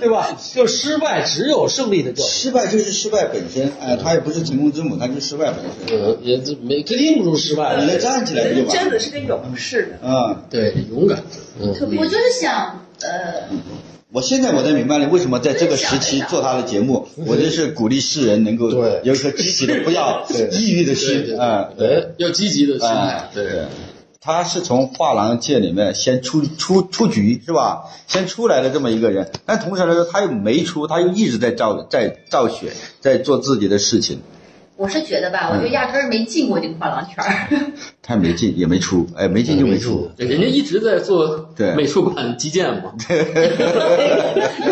D: 对吧？
F: 就失败只有胜利的教训，
D: 失败就是失败本身，哎，它也不是成功之母，它就是失败本身。
F: 呃，也没肯定不如失败
D: 你
F: 了
D: 再。站起来就完
C: 真
D: 了
C: 的是个勇士 的。
D: 啊！
F: 对，勇敢，
A: 嗯
E: 我就是想，呃，
D: 我现在我才明白了，为什么在这个时期做他的节目，我就是鼓励世人能够
F: 对
D: 有一颗积极的，不要抑郁的心啊！
F: 哎，要积极的心态
D: 哎，，
F: 对，，
D: 他是从画廊界里面先出出出局是吧？先出来的这么一个人，但同时来说他又没出，他又一直在造在造血，在做自己的事情，
E: 我是觉得吧，我就压根儿没进过这个画廊圈
A: 嗯
E: 儿，
D: 他没进也没出，哎，没进就没出，
F: 对人家一直在做
D: 对
F: 美术馆基建嘛，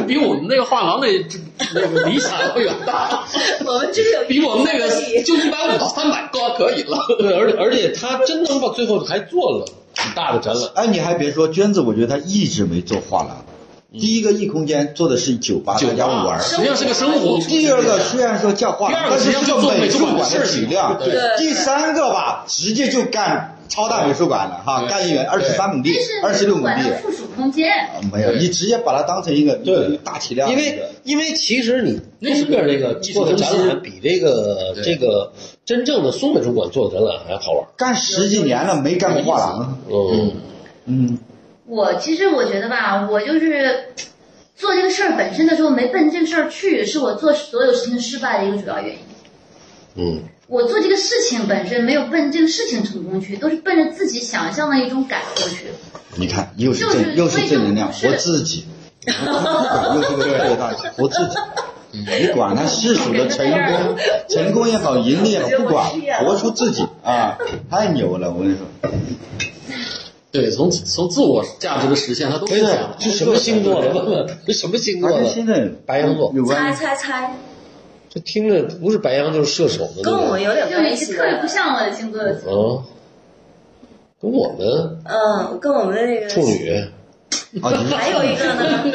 F: 比我们那个画廊那那个理想要远大，
C: 我们真有
F: 比我们那个
C: 一
F: 就一百五到三百高可以了。
A: 对，而且而且他真能把最后还做了很大的展览，
D: 哎，你还别说，娟子，我觉得她一直没做画廊。第一个异空间做的是嗯酒吧，
F: 酒吧
D: 大家玩儿。
F: 实际上是个生活。
D: 第二个虽然说叫画
F: 第
D: 廊
F: 二，个
D: 但是
F: 实际上
D: 是
F: 就
D: 个
F: 做
D: 美
F: 美术
D: 术
F: 馆的
D: 馆的
F: 事
D: 体
F: 情
D: 量。
F: 对
C: 对
D: 第三个吧，直接就干超大美术馆了哈，
F: 对
D: 干一园二十三亩地
E: 这是，
D: 二十六亩
A: 啊
E: 馆
D: 地
E: 的。附属空间，
A: 哦
D: 没有，
F: 对
D: 你直接把它当成一个一个
A: 对
D: 一个大体量的
A: 因
D: 一个，
A: 为因为其实你
F: 那是
A: 东边这个
F: 艺术
A: 做的
F: 中心
A: 展览比这个
F: 对
A: 这个真正的松美术馆做的展览还好玩，
D: 干十几年了没干过画廊，
A: 嗯
D: 嗯，
E: 我其实我觉得吧，我就是做这个事儿本身的时候没奔这个事儿去，是我做所有事情失败的一个主要原因。
A: 嗯
E: 我做这个事情本身没有奔这个事情成功去，都是奔着自己想象的一种感受去。
D: 你看，又是
E: 就是
D: 正又是正能量，
E: 所以
D: 我
E: 就是
D: 自己，又是个伟大的 我自己。你管他世俗的成功，成功也好，盈利也好，不管，活出自己啊！太牛了，我跟你 说，
F: 对，从从自我价值的实现，他都是
A: 真
F: 这样
A: 的，
F: 的。
A: 这啊什么星座的？问问这什么星
D: 他
A: 座啊
D: 跟
A: 的？
D: 现在
A: 白羊座，
D: 有
C: 猜
D: 关系。
C: 猜猜，
A: 这听着不是白羊就是射手的。
C: 跟我有点
E: 就
C: 关
E: 你
C: 系
E: 是
C: 的
E: 特别不像我的星座的
A: 对，吧啊，跟我们
C: 嗯，跟我们的那个
A: 处女，
D: 啊，你是
C: 还有一个呢，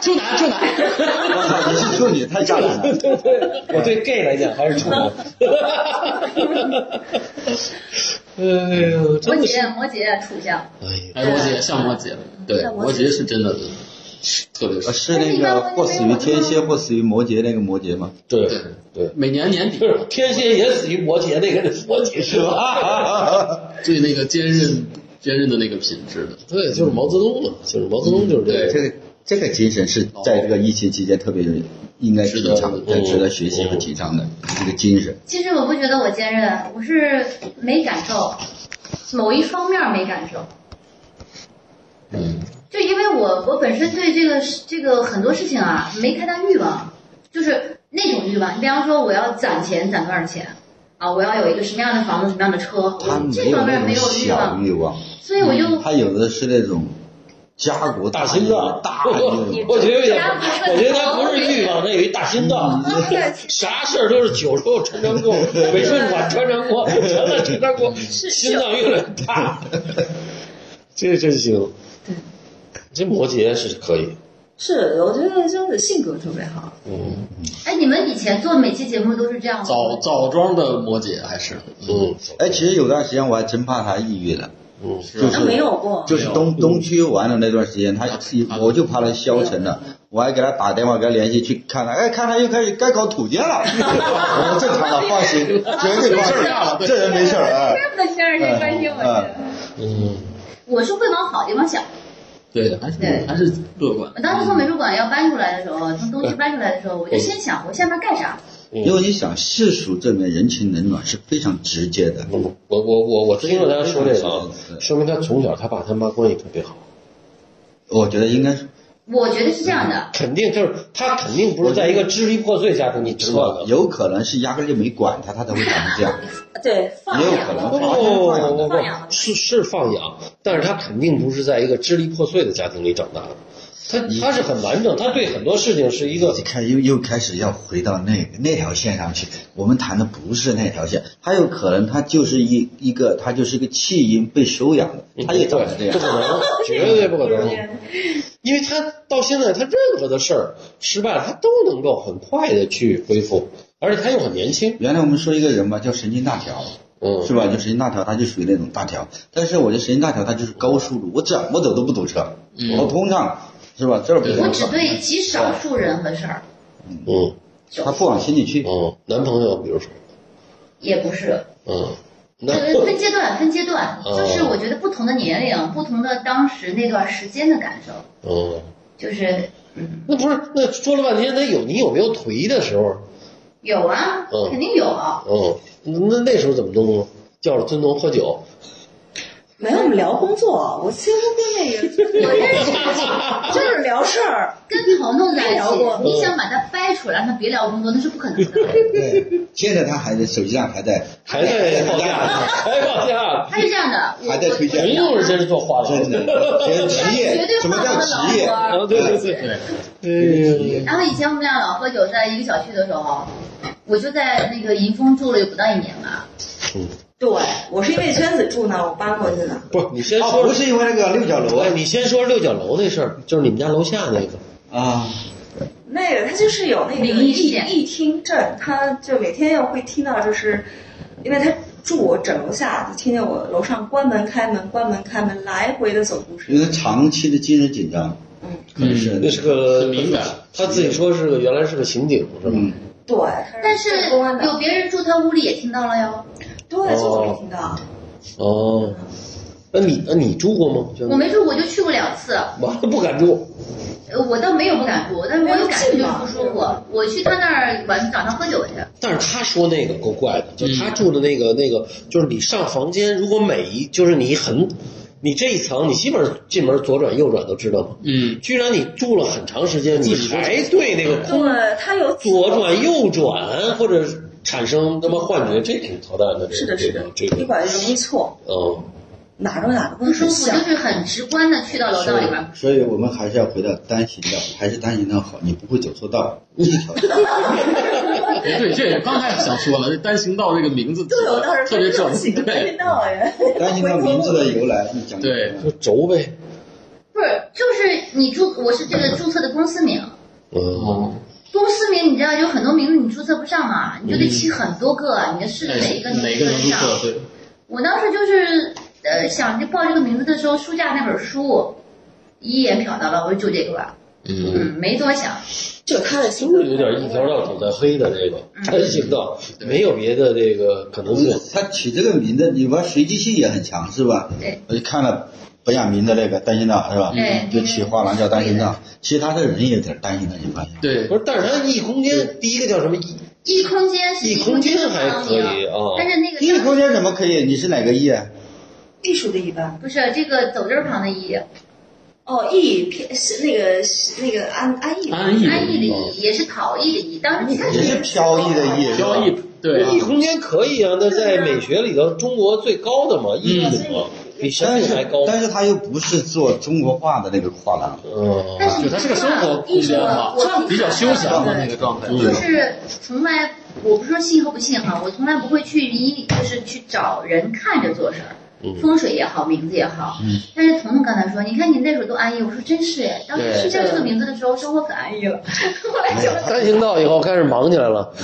F: 处男处男，
D: 我操，你是处女，太吓人了。
A: 对 对，我对 gay 来讲还是处女。 哎呦，
E: 摩
A: 真的是，
E: 羯，啊摩羯土象。
A: 哎呦，
F: 哎，摩羯像摩羯，对，
C: 像摩羯
F: 摩羯是真的，特别
D: 呃
F: 是
D: 是那个或死于天蝎，或死于摩羯那个摩羯吗？
A: 对
F: 对
A: 对，
F: 每年年底
A: 就是天蝎也死于摩羯，那个人摩羯是吧？
F: 对那个坚韧坚韧的那个品质的，
A: 对，就是毛泽东嘛，就是毛泽东就是嗯这
D: 这
A: 个。
D: 个这个精神是在这个疫情期间特别有应该提倡
F: 值，
A: 得
D: 对值得学习和提倡的这个精神。
E: 其实我不觉得我坚韧，我是没感受，某一方面没感受。
A: 嗯，
E: 就因为我我本身对这个事这个很多事情啊没太大欲望，就是那种欲望。你比方说我要攒钱攒多少钱啊，我要有一个什么样的房子什么样的车，
D: 他
E: 我
D: 没
E: 这
D: 有
E: 方
D: 那
E: 面
D: 种
E: 没有欲
D: 小
E: 望，
D: 欲嗯望，
E: 所以我就
D: 他有的是那种家国
A: 大心脏，
D: 大欲望
A: 我觉得有点
E: 大部，分
A: 我觉得他不是欲望，他有一大心脏，啥事儿都是酒肉穿肠过，美术馆穿肠过，全了穿肠过，心脏越来越大。 这真行，这摩羯是可以，
C: 是我觉得就是性格特别好，
A: 嗯
E: 哎，你们以前做每期节目都是这样吗？
F: 枣枣庄的摩羯还是
A: 嗯
D: 哎，其实有段时间我还真怕他抑郁了，
A: 嗯，
D: 就
C: 那没
D: 是
C: 有过，
D: 就是东东区玩的那段时间，他我就怕他消沉了。我还给他打电话，给他联系去看他，哎，看他又开始该搞土建了。我说正常了，放心，绝对放
F: 没事儿干了
D: 心，
F: 对
D: 这人没事儿哎。
E: 这么些人
D: 哎
E: 关心我
D: 哎
E: 去，
A: 嗯，
E: 我是会往好地方想。
F: 对，还是
E: 对
F: 还是乐观
E: 我。当时从美术馆要搬出来的时候，从东区搬出来的时候，我就先想我下面干啥。
A: 嗯
D: 因为你想，世俗这面人情冷暖是非常直接的。
A: 我我我我听了他说这个啊
D: 嗯，
A: 说明他从小他爸他妈关系特别好，
D: 我觉得应该是
E: 我觉得是这样的，
A: 肯定就是他肯定不是在一个支离破碎家庭里长大的。
D: 有可能是压根儿就没管他，他才会长成这样。
C: 对，放
D: 也有可
C: 养
D: 能
A: 不
C: 了，
A: 不不不不
C: 放养
A: 不，哦是是放养，但是他肯定不是在一个支离破碎的家庭里长大的，他他是很完整，他对很多事情是一个
D: 你看，又又开始要回到那个那条线上去。我们谈的不是那条线，他有可能他就是一一个，他就是个弃婴被收养的，他也长成这
A: 嗯对不可
D: 样。
A: 能，绝对不可能，因为他到现在他任何的事儿失败了，他都能够很快的去恢复，而且他又很年轻，
D: 原来我们说一个人嘛，叫神经大条，
A: 嗯，
D: 是吧？就神经大条，他就属于那种大条。但是我觉得神经大条，他就是高速路，我怎么走都不堵车，
A: 嗯
D: 我通畅，是吧？这儿不
E: 我
D: 堵
E: 只
D: 车，
E: 对极少数人和事儿，
A: 嗯
D: 他不往心里去。
A: 嗯，男朋友比如说，
E: 也不是，
A: 嗯，那
E: 这个分阶段，分阶段，
A: 哦
E: 就是我觉得不同的年龄，不同的当时那段时间的感受，
A: 嗯，
E: 就是嗯
A: 那不是那说了半天，那有你有没有颓的时候？
E: 有啊
A: 哦，
E: 肯定有啊。
A: 嗯，那那时候怎么弄啊？叫着尊龙喝酒，
C: 没有，我们聊工作，我几乎跟 那个
E: 我认识
C: 就是聊事儿，
E: 跟头弄在一
C: 聊过
E: 起，你想把他掰出来，让他别聊工作，那是不可 能的。
D: 对，现在他还在手机上还在，
A: 还在报价，还报价。
E: 他是这样的，我
D: 还在推
A: 红
D: 荐
A: 豆是真是做画廊
D: 真的，这职
E: 绝
D: 业
E: 对
D: 什么叫职业？哦
E: 画
A: 啊，
E: 廊
A: 对对对，哎呀，
E: 然后以前我们俩老喝酒，在一个小区的时候，我就在那个银丰住了有不到一年吧。
C: 对我是因为圈子住那儿，我搬过去的，
A: 不是你先
D: 哦，
A: 说
D: 不，是因为那个六角楼
A: 哎
D: 啊
A: 你先说六角楼那事儿，就是你们家楼下那个，
D: 啊，
C: 那个他就是有那个
E: 灵异事
C: 一
E: 件
C: 一听证，他就每天要会听到，就是因为他住我整楼下，就听见我楼上关门开门关门开门来回的走步
D: 因
C: 声，
D: 为长期的精神紧张，
C: 嗯，
D: 可能是
A: 那是个
F: 很敏感
A: 他自己说是个原来是个刑警是吧？
D: 嗯，
C: 对，
E: 但
C: 他
E: 是
C: 做公安
E: 有
C: 的，
E: 别人住他屋里也听到了哟，
C: 对，就能听到，
A: 哦，那你那你住过吗？娟子
E: 我没住过，就去过两次。
A: 完了不敢住，
E: 呃我倒没有不敢哭，但是我有感觉就是不舒服。我去他那儿晚早上喝酒去，
A: 但是他说那个够怪的，就他住的那个、那个，就是你上房间，如果每一就是你很，你这一层你基本上进门左转右转都知道吗？
F: 嗯，
A: 居然你住了很长时间，你还对那个空
C: 对，他有
A: 左转右转或者产生他妈幻觉，这挺操蛋的。这
C: 是的，
A: 这
C: 是的
A: 个，这
C: 你
A: 个，
C: 管容易错，
A: 嗯，
C: 哪儿都哪儿都
E: 不舒
C: 很
E: 服，就
C: 像。
E: 是很直观的去到楼道里边。
D: 所以我们还是要回到单行道，还是单行道好，你不会走错道，一条道。
F: 哎对，这也刚才想说了，这单行道这个名字
C: 对，我当时
F: 特别正，
C: 起个
F: 对，
C: 道 哎，
D: 单行道名字的由来，你讲讲
F: 对
A: 就轴呗，
E: 不是，就是你注，我是这个注册的公司名，
A: 嗯，
F: 哦，
E: 公司名你知道有很多名字你注册不上啊，你就得起很多个，你的是
F: 哎
E: 哪一个能
F: 嗯哪个能注
E: 上？
F: 册？对，
E: 我当时就是呃想就报这个名字的时候，书架那本书一眼瞟到了，我就就这个吧，
F: 嗯，
E: 嗯，没多想，
C: 就他的心
A: 有点一条道走在黑的这个单行道，没有别的这个可能
D: 不
A: 性
D: 是。他取这个名字，你玩随机性也很强，是吧？
E: 对。
D: 我就看了本雅明的那个单行道，是吧？
E: 对
D: 就起画廊叫单行道，其他的人也在单行道，你发现？
F: 对
A: 不，是，但是它异空间第一个叫什么？异
E: 异空间是
A: 异空间
E: 的
A: 还
E: 行
A: 可
E: 名
A: 以啊
E: 但是那个
D: 一空间怎么可以？你是哪个艺啊？
C: 艺术的一般。
E: 不是这个走字儿旁的一，
C: 哦，意偏是那个是那个安安逸
F: 安逸
E: 安逸的
F: 的
E: 逸也是陶艺的逸，当时开
D: 也是
E: 始
D: 飘逸的逸，是吧
F: 交易，对，啊
E: 嗯
A: 异空间可以啊，那在美学里头，中国最高的嘛，一品嘛，比山
D: 但
A: 水
D: 是
A: 还高。
D: 但是他又不是做中国画的那个画廊，
A: 嗯，
E: 但是
F: 啊就它是个生活空间嘛
E: 艺术我，
F: 比较休闲嘛那个状态。
E: 就是从来我不说信和不信哈，我从来不会去一就是去找人看着做事儿。风水也好，名字也好，但是彤彤刚才说，你看你那时候都安逸，我说真是哎，当时
F: 对
E: 去叫这个名字的时候，生活可安逸了，后来就
A: 单行道以后开始忙起来了，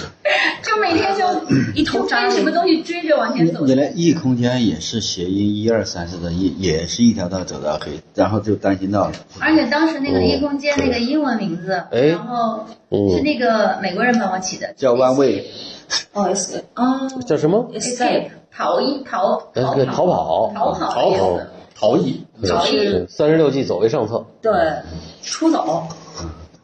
E: 就每天就一头扎什么东西追着往前走，
D: 原来异空间也是谐音一二三四的异，也是一条道走到黑，然后就单行道了。
E: 而且当时那个异空间那个英文名字，
A: 哎
E: 然后是
A: 嗯，
E: 那个美国人帮我起的，
D: 叫弯位，
C: 哦，es 啊
A: 叫什么？
E: escape 逃逸逃
A: 哎
E: 逃
A: 对
E: 跑
A: 跑
E: 逃跑的意思，
F: 陶艺，
E: 逃逸
A: 三十六计，走为上策。
C: 对出走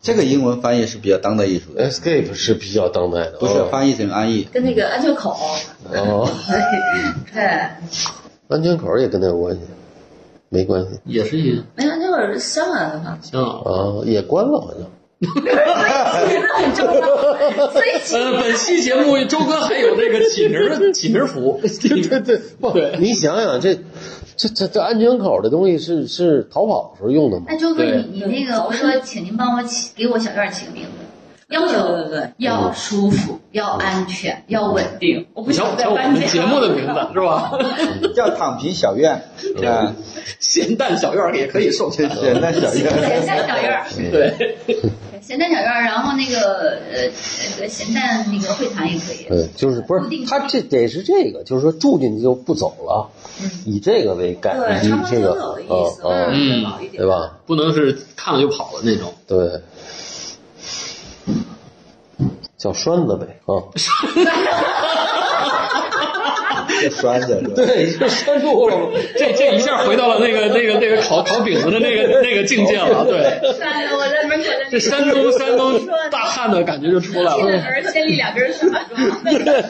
D: 这个英文翻译是比较当代艺术
F: 呃
D: 的，
A: Escape 是比较当代的，
D: 不是翻译成安逸。
C: 跟那个安全口，
A: 哦，
E: 对。
A: 安全口也跟那有关系，没关系
F: 也是一
C: 没有那会儿是香港的嘛，
F: 像。
A: 啊，也关了好像。
F: 呃，本期节目周哥还有这个起名儿的 起名儿服，对对对，对，
A: 你想想这，这这这安全口的东西是是逃跑时候用的吗？
E: 哎，周哥，
F: 对
E: 你你那个，我说，请您帮我起，给我小院儿起个名字，要
C: 对
E: 求
C: 对对对
E: 要舒服，要安全，要稳定。我不
F: 瞧
E: 想再
F: 瞧我
E: 搬
F: 们
E: 家。
F: 节目的名字是吧？哦
D: 叫躺平小院，啊，
F: 咸蛋小院儿也可以授权。
D: 简单小院。
E: 咸 蛋小院儿，
F: 对，
E: 咸蛋小院儿，然后那个呃那个咸蛋那个会谈也可以。
A: 对，就是不
E: 固
A: 是
E: 定
A: 他这得是这个，就是说住进去就不走了，以这个为概念，
C: 对，
A: 以
C: 长
A: 嗯
C: 长
A: 这
C: 久
A: 个
C: 久的意思，
A: 啊啊，
F: 嗯
C: 好一点
A: 对？吧？
F: 不能是看了就跑了那种。
A: 对，叫栓子呗啊，
D: 栓子是吧？
A: 对，就栓住了嘛。
F: 这这一下回到了那个那个那个烤烤饼子的那 个那个境界了。对，
E: 算哎了，我在门口在
F: 这山东山东大汉的感觉就出来
E: 进
F: 了。
E: 门先立两根小马桩，
C: 就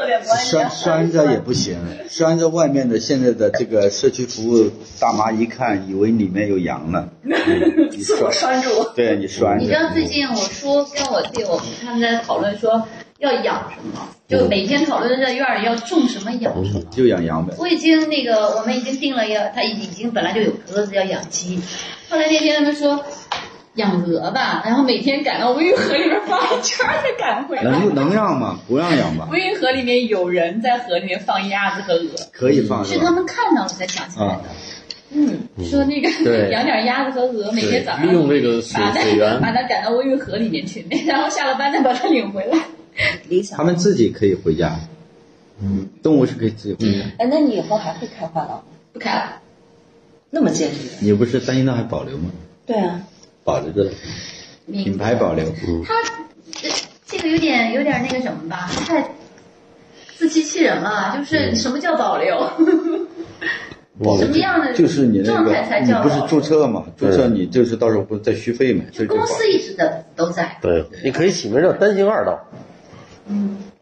C: 有点关系
D: 拴拴着也不行，拴着外面的现在的这个社区服务大妈一看，以为里面有羊了，嗯你
C: 自我
D: 拴，
C: 拴住，
D: 对你拴
E: 你知道
D: 着，
E: 最近我说跟我弟我们他们在讨论说要养什么，就每天讨论在院儿里要种什么养什么。
D: 就养羊呗。
E: 我已经那个，我们已经定了要，他已已经本来就有鸽子要养鸡，后来那天他们说养鹅吧，然后每天赶到乌运河里边放一圈儿再赶回来。
D: 能能让吗？不让养吧
E: 乌，运河里面有人在河里面放鸭子和鹅，
D: 可以放
E: 是
D: 是
E: 他
D: 吧？
E: 们看到了才想起来
D: 啊
E: 的。，嗯，说那个
F: 对
E: 养点鸭子和鹅，每天
F: 对
E: 早，上
F: 利用这个水
E: 把
F: 水
E: 它
F: 源
E: 把它赶到乌运河里面去， 然后下了班再把它领回来。
C: 理想
D: 他。们自己可以回家，嗯，动物是可以自己回家。
C: 哎，那你以后还会开画廊吗？
E: 不开了，
C: 那么坚决？
D: 你不是单行道还保留吗？
C: 对啊，
D: 保留着了，品牌保留。
E: 他这这个有点有点那个什么吧，啊太自欺欺人了。就是什么叫保留？ 我什么样的
D: 就是你那
E: 状态
D: 个，
E: 才
D: 你
E: 叫
D: 不是注册嘛？注册你就是到时候不是再续费嘛？这
E: 就
D: 就
E: 公
D: 好。
E: 司一直的都在，
A: 对，你可以起名叫单行二道，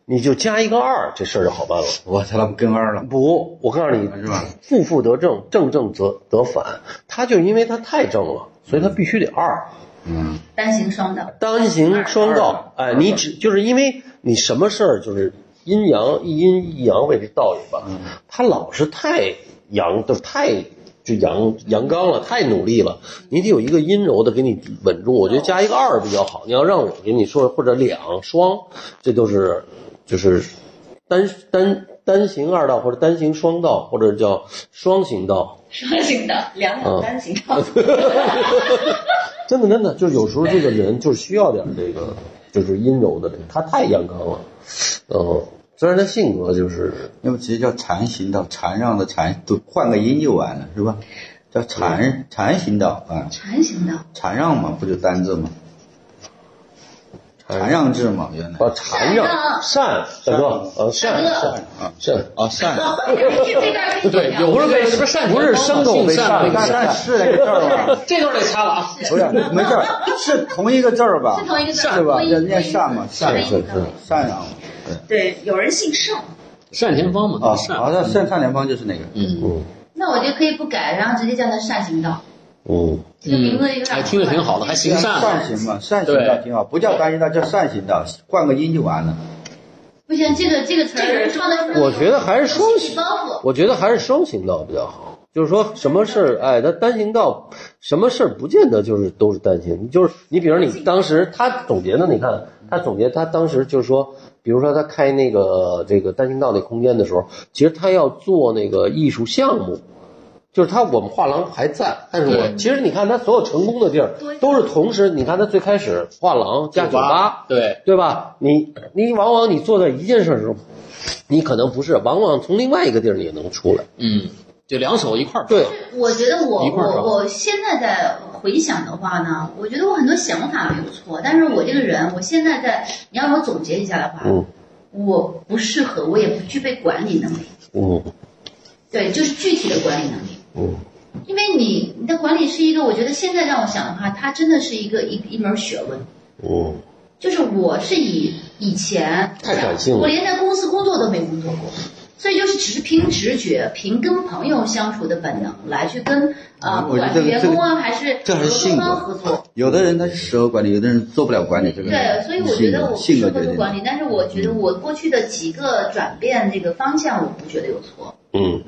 A: 你就加一个二，这事儿就好办了。
D: 我操，那不跟二了吗？
A: 不，我告诉你，
D: 是吧？
A: 负负得正，正正则得反。他就因为他太正了，所以他必须得二，
D: 嗯，
E: 单行双道。
A: 单行双告。哎，你只就是因为你什么事儿就是阴阳一阴一阳为这道理吧，他老是太阳的太。就阳阳刚了，太努力了，你得有一个阴柔的给你稳住。我觉得加一个二比较好。你要让我给你说，或者两双，这都是就是单单单行二道，或者单行双道，或者叫双行道，
E: 双行道，
C: 两两单行道。
A: 真的真的，就是有时候这个人就是需要点这个，就是阴柔的这个，他太阳刚了。嗯，虽然他性格就是
D: 要不直接叫禅行道，禅让的禅，都换个音就完了，是吧？叫禅禅行道啊，
E: 禅行道，
D: 禅让嘛，不就单字嘛？禅让制嘛，原来
A: 啊缠绕善，大哥啊善善
D: 啊
A: 善，
D: 啊善
E: 这段可以
F: 对，有
A: 不
F: 不
A: 是
F: 是
A: 被
F: 被什么善
A: 不是牲口被
F: 善
A: 善
F: 为
A: 被
F: 善，
A: 善，
D: 是这个字儿吧？
F: 这段得掐了啊。
D: 不是，没事儿，是同一个字儿吧？
E: 是同一个字儿
D: 是吧？
E: 同一
D: 人家
E: 同一个
D: 善嘛，
E: 字儿
D: 善
E: 是是是
D: 善让嘛。
C: 对，有人姓单，
F: 单嗯田芳嘛，
D: 啊
F: 那个
D: 啊，
F: 单。
D: 那善善良方就是那个，
F: 嗯，
E: 那我就可以不改，然后直接叫他善行道。
A: 嗯，
E: 这个名字有点
F: 哎听着挺好的还行善
D: 善行嘛，善行道
F: 对
D: 挺好，不叫单行道，叫善行道，换个音就完了。
E: 不行，这个这个词儿放在
A: 我觉得还是双
E: 心理
A: 行
E: 包袱。
A: 我觉得还是双行道比较好。就是说什么事儿，哎，他单行道，什么事儿不见得就是都是单行。就是你，比如你当时他总结的，你看他总结，他当时就是说，比如说他开那个这个单行道那空间的时候，其实他要做那个艺术项目，就是他我们画廊还在，但是我其实你看他所有成功的地儿都是同时，你看他最开始画廊加酒吧，
F: 对，
A: 对吧？你你往往你做在一件事儿的时候，你可能不是，往往从另外一个地儿你也能出来。
F: 嗯，就两手一块儿。
A: 对，
E: 我觉得我
F: 一块儿
E: 我
F: 上
E: 我现在在回想的话呢，我觉得我很多想法没有错，但是我这个人，我现在在你要让我总结一下的话，
A: 嗯
E: 我不适合，我也不具备管理能力。
A: 嗯
E: 对，就是具体的管理能力。
A: 嗯
E: 因为你你的管理是一个，我觉得现在让我想的话，它真的是一个一一门学问。
A: 嗯
E: 就是我是以以前
A: 太感性了
E: 我连在公司工作都没工作过，所以就是只是凭直觉，凭跟朋友相处的本能来去跟
D: 嗯
E: 呃，
D: 我
E: 不
D: 我觉
E: 管
D: 得
E: 是
D: 这个
E: 员工啊还是
D: 这还是
E: 合
D: 性格
E: 作方合作，
D: 有的人他适合管理，有的人做不了管理，这个
E: 对，所以我觉
D: 性
E: 得
D: 格
E: 我不
D: 性
E: 适
D: 格决
E: 合做
D: 定
E: 管
D: 的。
E: 理，但是我
D: 嗯
E: 觉得我过去的几个转变这个方向，我不觉得有错，
A: 嗯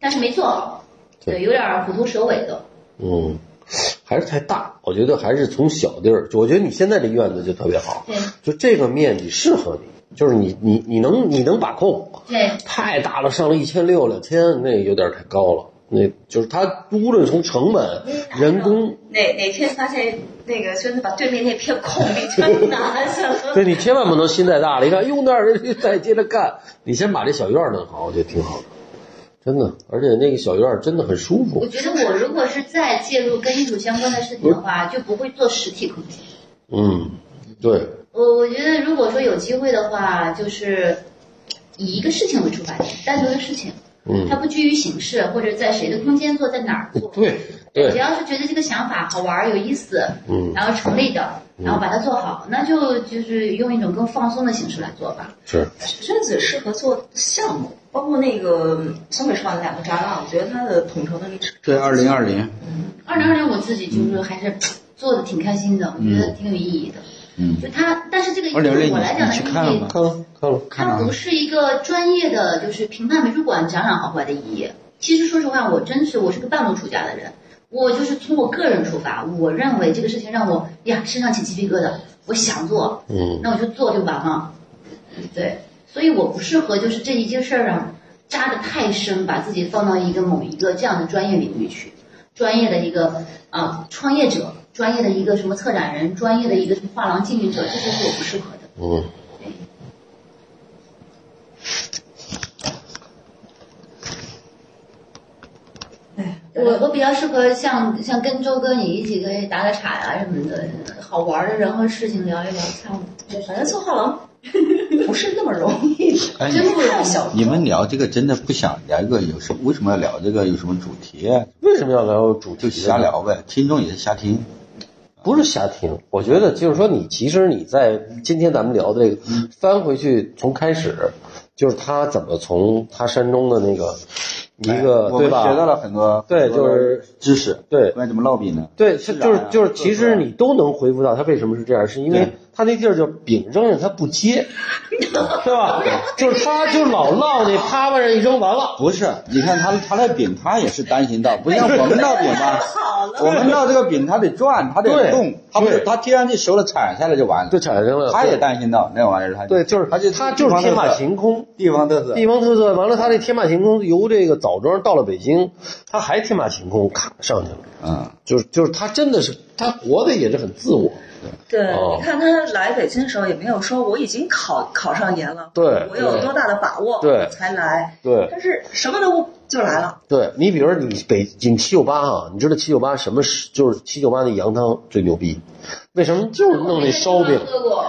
E: 但是没做好，
A: 对
E: 对，有点虎头蛇尾的。
A: 嗯，还是太大。我觉得还是从小地儿，我觉得你现在这院子就特别好，
E: 对
A: 就这个面积适合你，就是你你你能你能把控。
E: 对，
A: 太大了，上了一千六两千，那有点太高了。那就是它，无论从成本、人工，
C: 哪哪天发现那个真的把对面那片空地全拿下 了。
A: 对你千万不能心太大了。一看，哟，那儿人家再接着干， 你先把这小院儿弄好，我觉得挺好的，真的。而且那个小院儿真的很舒服
E: 我。觉得我如果是再介入跟艺术相关的事情的话，就不会做实体空间。
A: 嗯，对，
E: 我我觉得如果说有机会的话，就是以一个事情为出发点，单独的事情，
A: 嗯
E: 它不拘于形式或者在谁的空间做，在哪儿做，
A: 对
E: 只
A: 对，
E: 要是觉得这个想法好玩儿、有意思，
A: 嗯
E: 然后成立的，然后把它做好，那就就是用一种更放松的形式来做吧。
A: 是，
C: 贞子适合做项目，包括那个小美说完的两个展览，我觉得它的统筹能力是
D: 对，二零二零，
E: 二零二零我自己就是还是做的挺开心的，我觉得挺有意义的。
D: 嗯，
E: 就它，但是这个
D: 二零二零，
E: 对
D: 你
E: 我来讲
D: 你
E: 呢，
D: 去
E: 意义
D: 看了吗？
A: 看了嗯看了，
D: 看了
E: 它不是一个专业的，就是评判美术馆展览好坏的意义。其实说实话，我真是我是个半路出家的人，我就是从我个人出发，我认为这个事情让我呀身上起鸡皮疙瘩，我想做，
A: 嗯
E: 那我就做就完了。对，所以我不适合就是这一件事儿啊扎得太深，把自己放到一个某一个这样的专业领域去，专业的一个啊、创业者，专业的一个什么策展人，专业的一个什么画廊经营者，这些是我不适合的。
A: 嗯。
E: 我我比较适合像像跟周哥你一起可以打打岔啊呀、什么的，好玩的人和事情聊一聊。像
C: 反正做画廊不是那么容易的，
D: 哎
C: 真的太小众
D: 你们聊这个真的不想聊一个有什为什么要聊这个有什么主题啊？
A: 为什么要聊主
D: 就
A: 题？
D: 瞎，聊呗，听众也是瞎听。
A: 不是瞎听。我觉得就是说你，其实你在今天咱们聊的这个，翻回去从开始，就是他怎么从他山中的那个一个、
D: 哎我
A: 对
D: 们
A: 吧？
D: 学到了很多，
A: 对
D: 很多
A: 就是
D: 知识，
A: 对
D: 关于怎么烙饼呢？
A: 对，
D: 是
A: 是
D: 啊
A: 就是就是，其
D: 是
A: 实
D: 啊
A: 你都能回复到他为什么是这样，是因为
D: 对
A: 他那地儿叫饼扔下他不 接，对吧？就是他就老落那趴巴上一扔完了，
D: 不是，你看他他那饼，他也是单 行道，不像我们烙饼吧？
C: 好了，
D: 我们烙这个饼，它得转，它得
A: 对
D: 动，它不是
A: 对
D: 它贴上去熟了铲下来就完了
A: 就。产生了。
D: 他也
A: 对
D: 担心到那玩意儿，他
A: 对，就是
D: 他就
A: 他就是天马行空，
D: 地方特色，
A: 地方特色。完了，他这天马行空由这个枣庄到了北京，他还天马行空，咔上去了。
D: 嗯，
A: 就是就是他真的是他活的也是很自我，
C: 对，
A: 哦
C: 你看他来北京的时候也没有说我已经考考上研了，
A: 对
C: 我有多大的把握
A: 对
C: 才来，
A: 对
C: 他是什么都不就来了，
A: 对你比如说你北你七九八啊，你知道七九八什么是就是七九八那羊汤最牛逼，为什么就是弄那烧饼，
E: 喝过，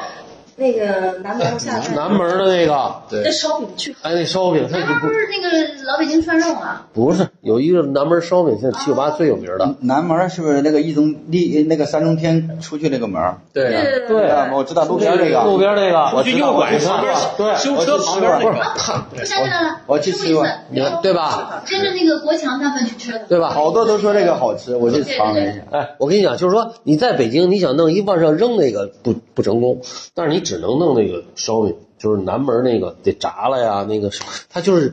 C: 那个南门下站
A: 南门的那个，
C: 那烧饼去
A: 哎，那烧饼它
E: 那
A: 就
E: 不是那个老北京涮肉啊吗？
A: 不不是有一个南门烧饼，现在七九八最有名的，
D: 南门儿是不是那个一中立那个三中天出去那个门儿？
F: 对啊，
A: 对
D: 啊，我知道路边儿那个，
A: 路边那个，
D: 我
G: 出
D: 知
G: 去
D: 道
G: 右拐
D: 我知道
G: 旁边
A: 对
G: 修车旁边
A: 不
G: 那
A: 是
G: 个，
A: 他，
E: 不想起来了，
D: 我去
E: 吃
D: 吃
E: 过
D: 过
E: 一次，
A: 你看对吧？
E: 跟着那个国强他们去吃的，
A: 对吧？
D: 好多都说这个好吃，我去尝了一下。
A: 哎，我跟你讲，就是说你在北京，你想弄一往上扔那个不不成功，但是你只能弄那个烧饼，就是南门那个得炸了呀，那个是它就是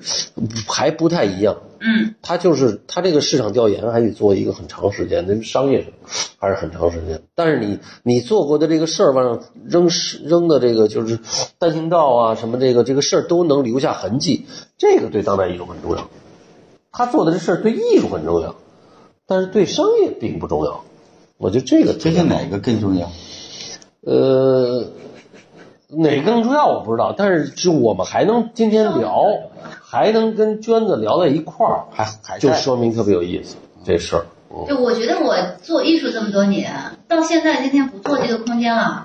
A: 还不太一样。
E: 嗯，
A: 它就是它这个市场调研还得做一个很长时间，那商业上还是很长时间。但是你你做过的这个事儿往上扔扔的这个就是单行道啊什么这个这个事儿都能留下痕迹，这个对当代艺术很重要。他做的这事儿对艺术很重要，但是对商业并不重要。我觉得这个
D: 究
A: 真
D: 竟
A: 的
D: 哪个更重要？
A: 呃，哪更重要我不知道，但是就我们还能今天聊，还能跟娟子聊在一块儿，
D: 还还
A: 就
D: 在
A: 说明特别有意思这事儿。嗯
E: 就我觉得我做艺术这么多年，到现在今天不做这个空间了。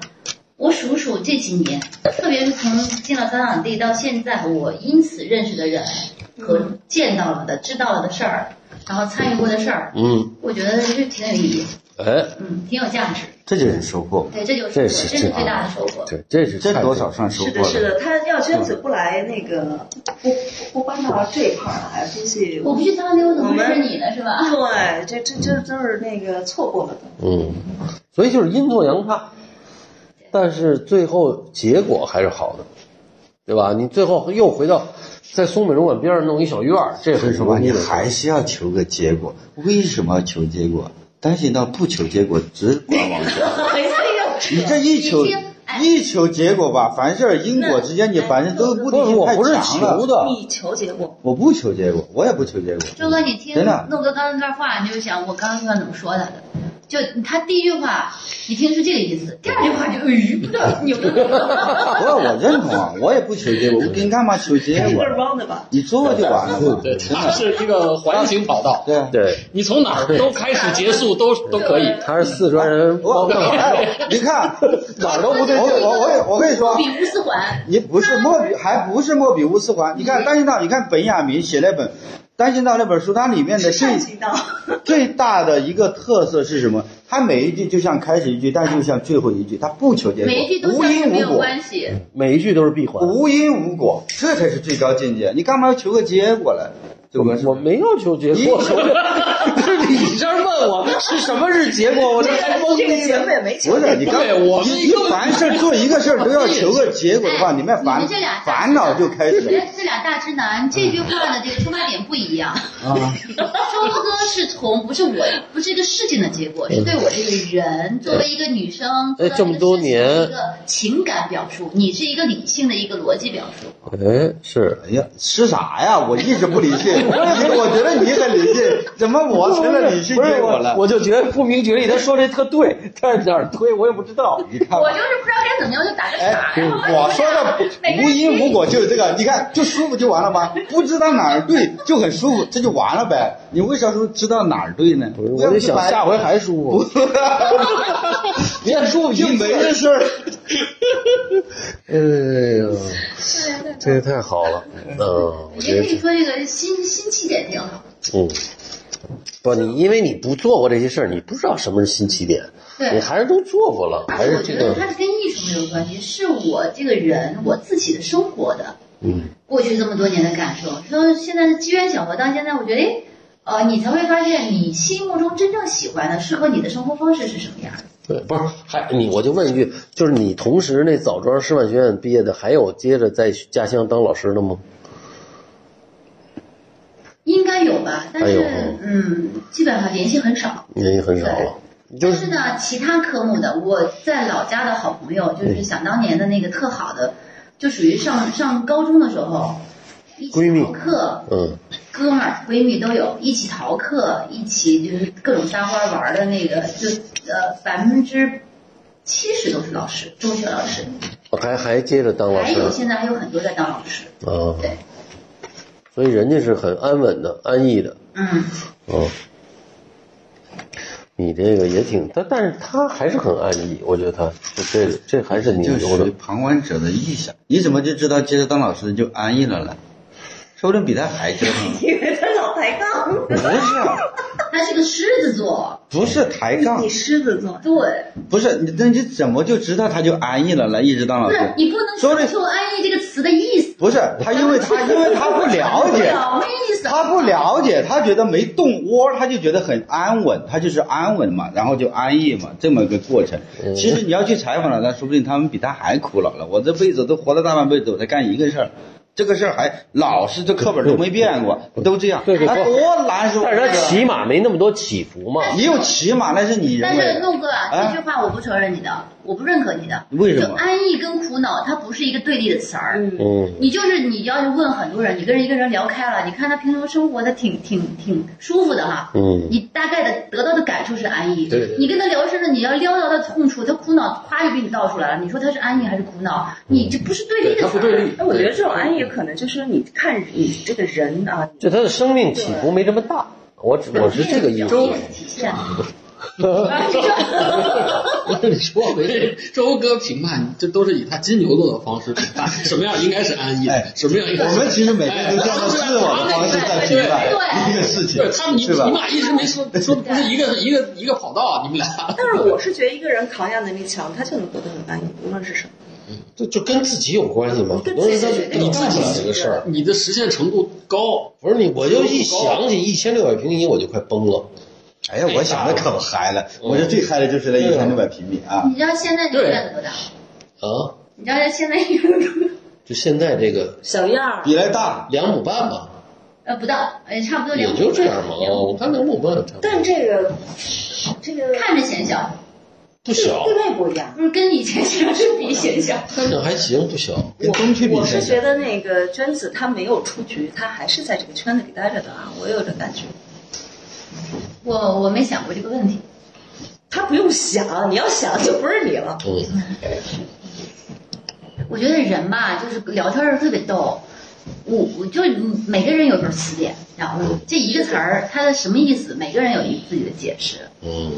E: 我数数这几年，特别是从进了三场地到现在，我因此认识的人和
A: 嗯
E: 见到了的、知道了的事儿，然后参与过的事儿，
A: 嗯，
E: 我觉得就挺有意义，
A: 哎，
E: 嗯，挺有价值。
D: 这就是收获，
E: 对，这就是
A: 这
E: 我
A: 是
E: 这是
A: 这
E: 最大的收获。
A: 对，这是
D: 这
A: 太
D: 多少算收
C: 是
D: 获
C: 的，是
D: 了。
C: 的，他要娟子不来那个，不不搬到这一块儿来，估计
E: 我不去三溜，怎么认识你呢？是吧？
C: 对，这这这都是那个错过了 的。
A: 嗯，所以就是阴错阳差，但是最后结果还是好的，对吧？你最后又回到在松美容馆边上弄一小院儿，这
D: 所
A: 很
D: 以说吧，
A: 容
D: 你
A: 易的。
D: 还是要求个结果。为什么要求结果？担心到不求结果，只管往前。
C: 哎呀，
D: 你这一求
E: 已经哎
D: 一求结果吧，凡事因果之间，你凡事都是
A: 不
D: 目的
A: 是，
D: 性
A: 我
D: 太
A: 不是
D: 强
A: 求
D: 了。
A: 的，
C: 你求结果，
D: 我不求结果，我也不求结果。
E: 周哥，你听
D: 真的
E: 诺哥刚刚那段话，你就想我刚刚那段怎么说他的？就他第一句话，你听是这个意思；第二句话就哎鱼不知道 牛的。
D: 不是我认同啊，我也不求结果，我你干嘛求结
C: 一
D: 果
C: 个？round 吧。
D: 你做就完了嘛，
F: 对，
D: 真
F: 它
D: 的。
F: 是一个环形跑道，
D: 对啊，
A: 对，
F: 你从哪儿都开始结束都都可以。
A: 他是四川 人，
D: 我
A: 汪正海
D: 哎，你看哪
A: 儿都不对劲
D: 我我我我跟你说，
E: 比乌斯环，
D: 你不是莫比，还不是莫比乌斯环。你
E: 嗯
D: 看单行道，你看本雅明写那本《单行道》那本书，它里面的最
C: 上级道，
D: 最大的一个特色是什么？它每一句就像开始一句，但就像最后一句，它不求结果，
E: 每一句都
D: 无
E: 像是
D: 因
E: 没
D: 无
E: 有
D: 果，
E: 关系。
A: 每一句都是闭环。
D: 无因无果，这才是最高境界。你干嘛要求个结果来？对不对？
A: 我没要求结果，不 是你这儿问我是什么是结果，我这还懵
C: 这个
A: 逼
C: 节
A: 呢
C: 目。也没求
D: 不。是你刚
F: 对我们
D: 你你凡事做一个事儿都要求个结果的话，
E: 哎
D: 你们烦
E: 你们这俩
D: 烦恼就开始
E: 你们
D: 了。
E: 这俩大直男，这句话的这个出发点不一样。
D: 啊，
E: 周哥是从不是我，不是一个事情的结果，是对我这个人作为一个女生，
A: 哎
E: 做到
A: 这么多
E: 个事情的
A: 年
E: 一个情感表述，你是一个理性的一个逻辑表述。
A: 哎，是
D: 哎呀，吃啥呀？我一直不理性，我觉得你很理性，怎么我成了让你去
A: 不是
D: 接我了。
A: 我就觉得不明觉厉，他说这特对，但是哪儿对我也不知道。
D: 你看吧，
E: 我就是不知道该怎么样，就打个
D: 哎
E: 岔。，然后
D: 我说的
E: 每个
D: 无
E: 人
D: 因无果就是这个，你看就舒服就完了吗？不知道哪儿对就很舒服，这就完了呗。你为啥说知道哪儿对呢？
A: 不是，我就想 下回还舒服，别舒服一
D: 就
A: 次
D: 没这事儿。
A: 哎呀，这也太好了，嗯，我
E: 我觉
A: 觉得
E: 得可
A: 这
E: 以说这个辛辛弃疾挺好。
A: 嗯，不，你因为你不做过这些事儿，你不知道什么是新起点，
E: 对
A: 你还是都做过了，还
E: 而且我
A: 是
E: 觉
A: 这
E: 得
A: 个，
E: 它是跟艺术没有关系，是我这个人我自己的生活的
A: 嗯
E: 过去这么多年的感受。说现在是机缘巧合，到现在我觉得，哎，呃，你才会发现你心目中真正喜欢的、适合你的生活方式是什么样的。
A: 对，不是，还你我就问一句，就是你同时那枣庄师范学院毕业的，还有接着在家乡当老师的吗？
E: 应该有吧，但是、
A: 哎呦
E: 嗯，基本上联系很少。
A: 人也很少了，就
E: 但
A: 是
E: 是呢，其他科目的，我在老家的好朋友，就是想当年的那个特好的，就属于上上高中的时候，一
A: 闺蜜
E: 起逃课，
A: 嗯
E: 哥们儿、闺蜜都有，一起逃课，一起就是各种撒欢玩的那个，就呃百分之七十都是老师，中学老师，
A: 还还接着当老
E: 还
A: 师
E: 有现在还有很多在当老师，
A: 啊，
E: 对，
A: 所以人家是很安稳的、安逸的，
E: 嗯，
A: 嗯。你这个也挺，但但是他还是很安逸，我觉得他这这这还是你
D: 就
A: 牛
D: 属于
A: 的，
D: 旁观者的臆想。你怎么就知道接着当老师就安逸了呢？说不定比他还折腾。
C: 因为他老抬杠。
D: 不
A: 啊
D: 是，
E: 他是个狮子座，
D: 不是抬杠
C: 你，狮子座，
E: 对，
D: 不是你，那你怎么就知道他就安逸了呢？一直当老
E: 不
D: 师，
A: 啊
E: 是你不能
D: 说这
E: 说出“安逸”这个词的意思，
D: 不是他，因为他因为他不了解。
E: 什么意思？
D: 他不了解，他觉得没动窝，他就觉得很安稳，他就是安稳嘛，然后就安逸嘛，这么一个过程。
A: 嗯
D: 其实你要去采访了，他说不定他们比他还苦恼了。我这辈子都活了大半辈子，我才干一个事儿，这个事儿还老是这课本都没变过，都这样，
A: 对对
D: 他多难受。
A: 但是他起码没那么多起伏嘛，
D: 你有骑马那是你认
E: 但
D: 为的，
E: 是诺哥啊，
D: 哎
E: 这句话我不承认你的，我不认可你的。
D: 为什么
E: 就安逸跟苦恼，它不是一个对立的词儿。
C: 嗯
A: 嗯，
E: 你就是你要是问很多人，你跟一个人聊开了，你看他平常生活的挺挺挺舒服的哈，
A: 嗯
E: 你大概的得到的感触是安逸。
G: 对对对
E: 你跟他聊深了，你要撩到他痛处，他苦恼，夸就给你道出来了。你说他是安逸还是苦恼？你这不是对立的
F: 他
E: 词
F: 不
E: 儿。啊
F: 对立。
C: 那哎我觉得这种安逸可能就是你看你这个人啊，
A: 就他的生命起伏没这么大，我只我是这个意思。
E: 表现体现。
F: 你说回这周哥评判，这都是以他金牛座的方式评判，什么样应该是安逸
D: 哎
F: 的，什么样应该
D: 我
F: 是
D: 们其实每个人都站在自我的方式在评判一个事情
F: 对，他们你
D: 是吧
F: 你俩一直没说说的不是一个一个一个跑道，啊你们俩。
C: 但是我是觉得一个人抗压能力强，他就能活得很安逸，无论是什么。
G: 就就跟自己有关系嘛。很
C: 跟
G: 多
C: 自
G: 人
C: 己
G: 他
C: 决定
G: 你做不了这个事儿，
F: 你的实现程度高，
G: 不是你，我就一想起一千六百平米，我就快崩了。
D: 哎呀，我想的可嗨了，我觉得最嗨的就是那一千六百平米啊。
E: 你知道现在这个院子多大？
G: 啊！
E: 你知道这现在这个院子多大？
G: 就现在这个
C: 小样儿，
D: 比来大，
G: 两亩半吧，
E: 呃，不到，呃，差不多两
G: 也
E: 亩
G: 就这样嘛。
E: 两
G: 啊，
E: 亩
G: 我看两亩半差不多，
C: 但这个这个
E: 看着显小，
G: 不小，
C: 对外不一样。
E: 不是嗯跟以前城市 比显小。
G: 看着还行，不小。
D: 跟东区比
C: 我是
D: 起来
C: 觉得那个娟子她没有出局，她还是在这个圈子里待着的啊，我有这感觉。
E: 我我没想过这个问题，
C: 她不用想，你要想就不是你了。
G: 嗯，
E: 我觉得人吧，就是聊天儿特别逗。我我就每个人有一种词典，然后这一个词儿它的什么意思，每个人有一自己的解释。
G: 嗯，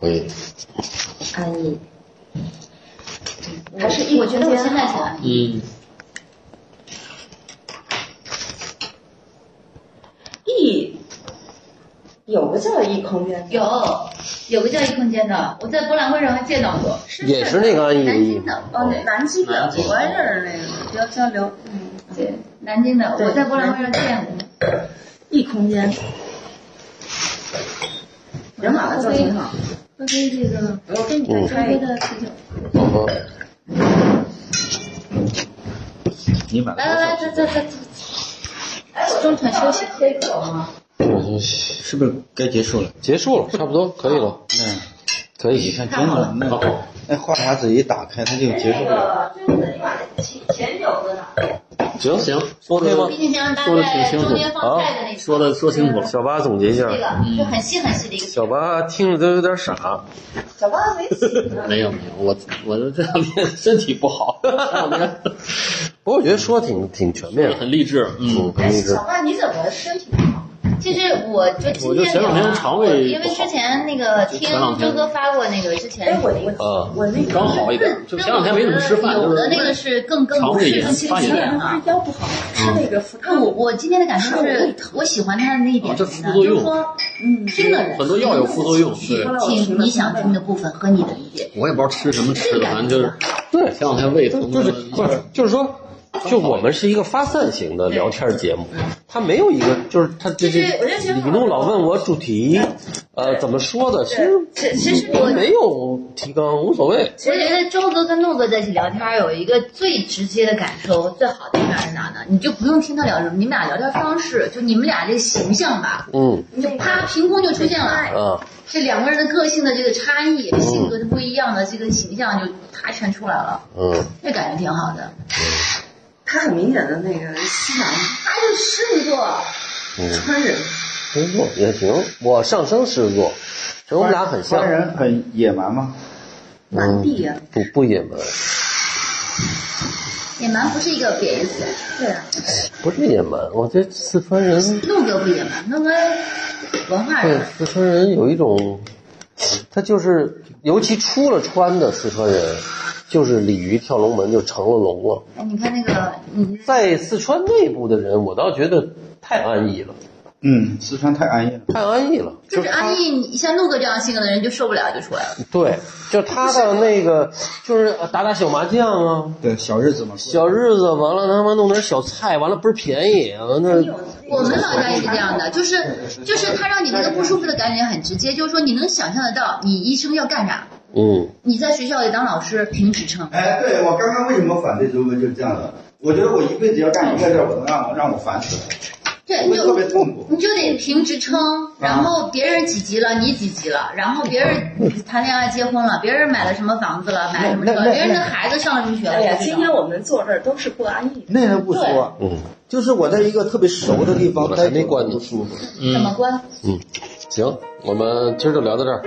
G: 可以。
C: 安逸，
E: 我
C: 还是一
E: 我觉得我现在才
F: 嗯，
C: 逸有个叫逸空间，
E: 有有个叫异空间的，我在博览会上还见到过，是
A: 也是那个安逸的
E: 南
A: 逸
E: 京的，
C: 哦，那南京的
F: 南京
C: 我还认识那个，聊交流，嗯，
E: 对，南京的，
C: 对
E: 我在博览会上见过。
C: 异空间，人马的造型好，
E: 喝杯这个，我给你
A: 嗯
E: 看咖啡的啤酒。
A: 嗯
D: 你买
E: 来来来，
D: 了多
E: 这
D: 少？
E: 这这这，哎，中场休息喝一口吗？
A: 嗯，
D: 是不是该结束了？
A: 结束了，差不多可以了，
D: 嗯，
A: 可
D: 你
A: 以。
D: 看真的，那那话匣子一打开，它就结束了。
C: 个娟子，你把前酒喝了，
A: 行
F: 行
A: ，OK 吗
E: 毕？竟平常大
F: 说得
E: 概
F: 挺清楚哦
E: 中间放菜的那个，
F: 说的说清楚了。嗯
A: 小八总结一下
E: 那，个就很细很细的一个。
A: 小八听着都有点傻，
C: 小八没洗呢，
F: 没有没有，我我这两天身体不 好，这两天
A: 不过我觉得说挺挺全面的，
F: 很励志。嗯，
A: 嗯，很励志
E: 小。曼，你怎么身体不好？其实我就今
F: 我就
E: 天
F: 前两天肠胃
E: 我
F: 不好
E: 因为之前那个听
F: 前两天
E: 周哥发过那个之前
C: 哎，我我我那
F: 刚
C: 个
F: 好一点，就前两天没怎么吃饭，
E: 有
F: 就是啊
E: 的那个是更更
F: 肠胃炎
E: 更清
F: 发
E: 晰
F: 炎
E: 点
C: 前
E: 啊
C: 是。腰不好，吃那个扶
E: 那
C: 康
E: 我我今天的感受是，我喜欢他的那一点
F: 啊这
E: 什么
F: 副
E: 呢？
F: 作用
E: 就是说，嗯，听的人
F: 很多药有副作用。对，
E: 听你想听的部分和你的理解，
F: 我也不知道吃什么吃的，反正就是
A: 对
F: 前两天胃疼，
A: 就是不是就是说，就我们是一个发散型的聊天节目，它没有一个就是它这这
C: 我就觉得
A: 李璐老问我主题，呃，怎么说的？其实
C: 其其实
A: 我没有提纲，无所谓。
E: 我觉得呃周哥跟诺哥在一起聊天儿有一个最直接的感受，最好的一面是哪呢？你就不用听他聊什么，你们俩聊天方式，就你们俩这形象吧，
A: 嗯
E: 你就啪凭空就出现了。
A: 啊，
E: 这两个人的个性的这个差异、性格是不一样的，这个形象就啪全出来了，
A: 嗯，
E: 这感觉挺好的。
C: 他很明显的那个西南
E: 他是狮子座，
C: 川人，
A: 星座也行。我上升狮子座，所以我们俩很像嗯
D: 官，人很野蛮吗？
C: 南地呀，
A: 不不野蛮，
E: 野蛮不是一个贬义词，
C: 对啊，
A: 不是野蛮。我觉得四川人，
E: 诺哥不野蛮，诺哥文化
A: 对
E: 人，
A: 四川人有一种，他就是尤其出了川的四川人，就是鲤鱼跳龙门就成了龙了。
E: 哎，你看那个你
A: 在四川内部的人，我倒觉得太安逸了，
D: 嗯，四川太安逸了。
A: 太安逸了。
E: 就是安逸，你像陆哥这样性格的人就受不了，就出来了。
A: 对，就他的那个，就是打打小麻将啊，
D: 对，小日子嘛。
A: 小日子，完了他妈弄点小菜，完了倍儿便宜，完了
E: 我们老家也是这样的，就是就是他让你那个不舒服的感觉很直接，就是说你能想象得到你一生要干啥。
A: 嗯，
E: 你在学校里当老师评职称，
D: 哎，对我刚刚为什么反对周哥就是这样的？我觉得我一辈子要干一个事儿，我能让我让我烦死了，
E: 对，
D: 会
E: 你
D: 特
E: 就
D: 别痛苦。啊
E: 你就得评职称，然后别人几级了，你几级了，然后别人谈恋爱结婚了，别人买了什么房子了，买了什么车，别人的孩子上了什么学
C: 哎呀
E: 了，，
C: 今天我们坐这儿都是不安逸的，
D: 那还不说，
A: 嗯，
D: 就是我在一个特别熟的地方
A: 我
D: 待
A: 还
D: 久
A: 没关
D: 了
A: 呢
D: 不舒服。
E: 怎么关？
A: 行，我们今儿就聊到这儿。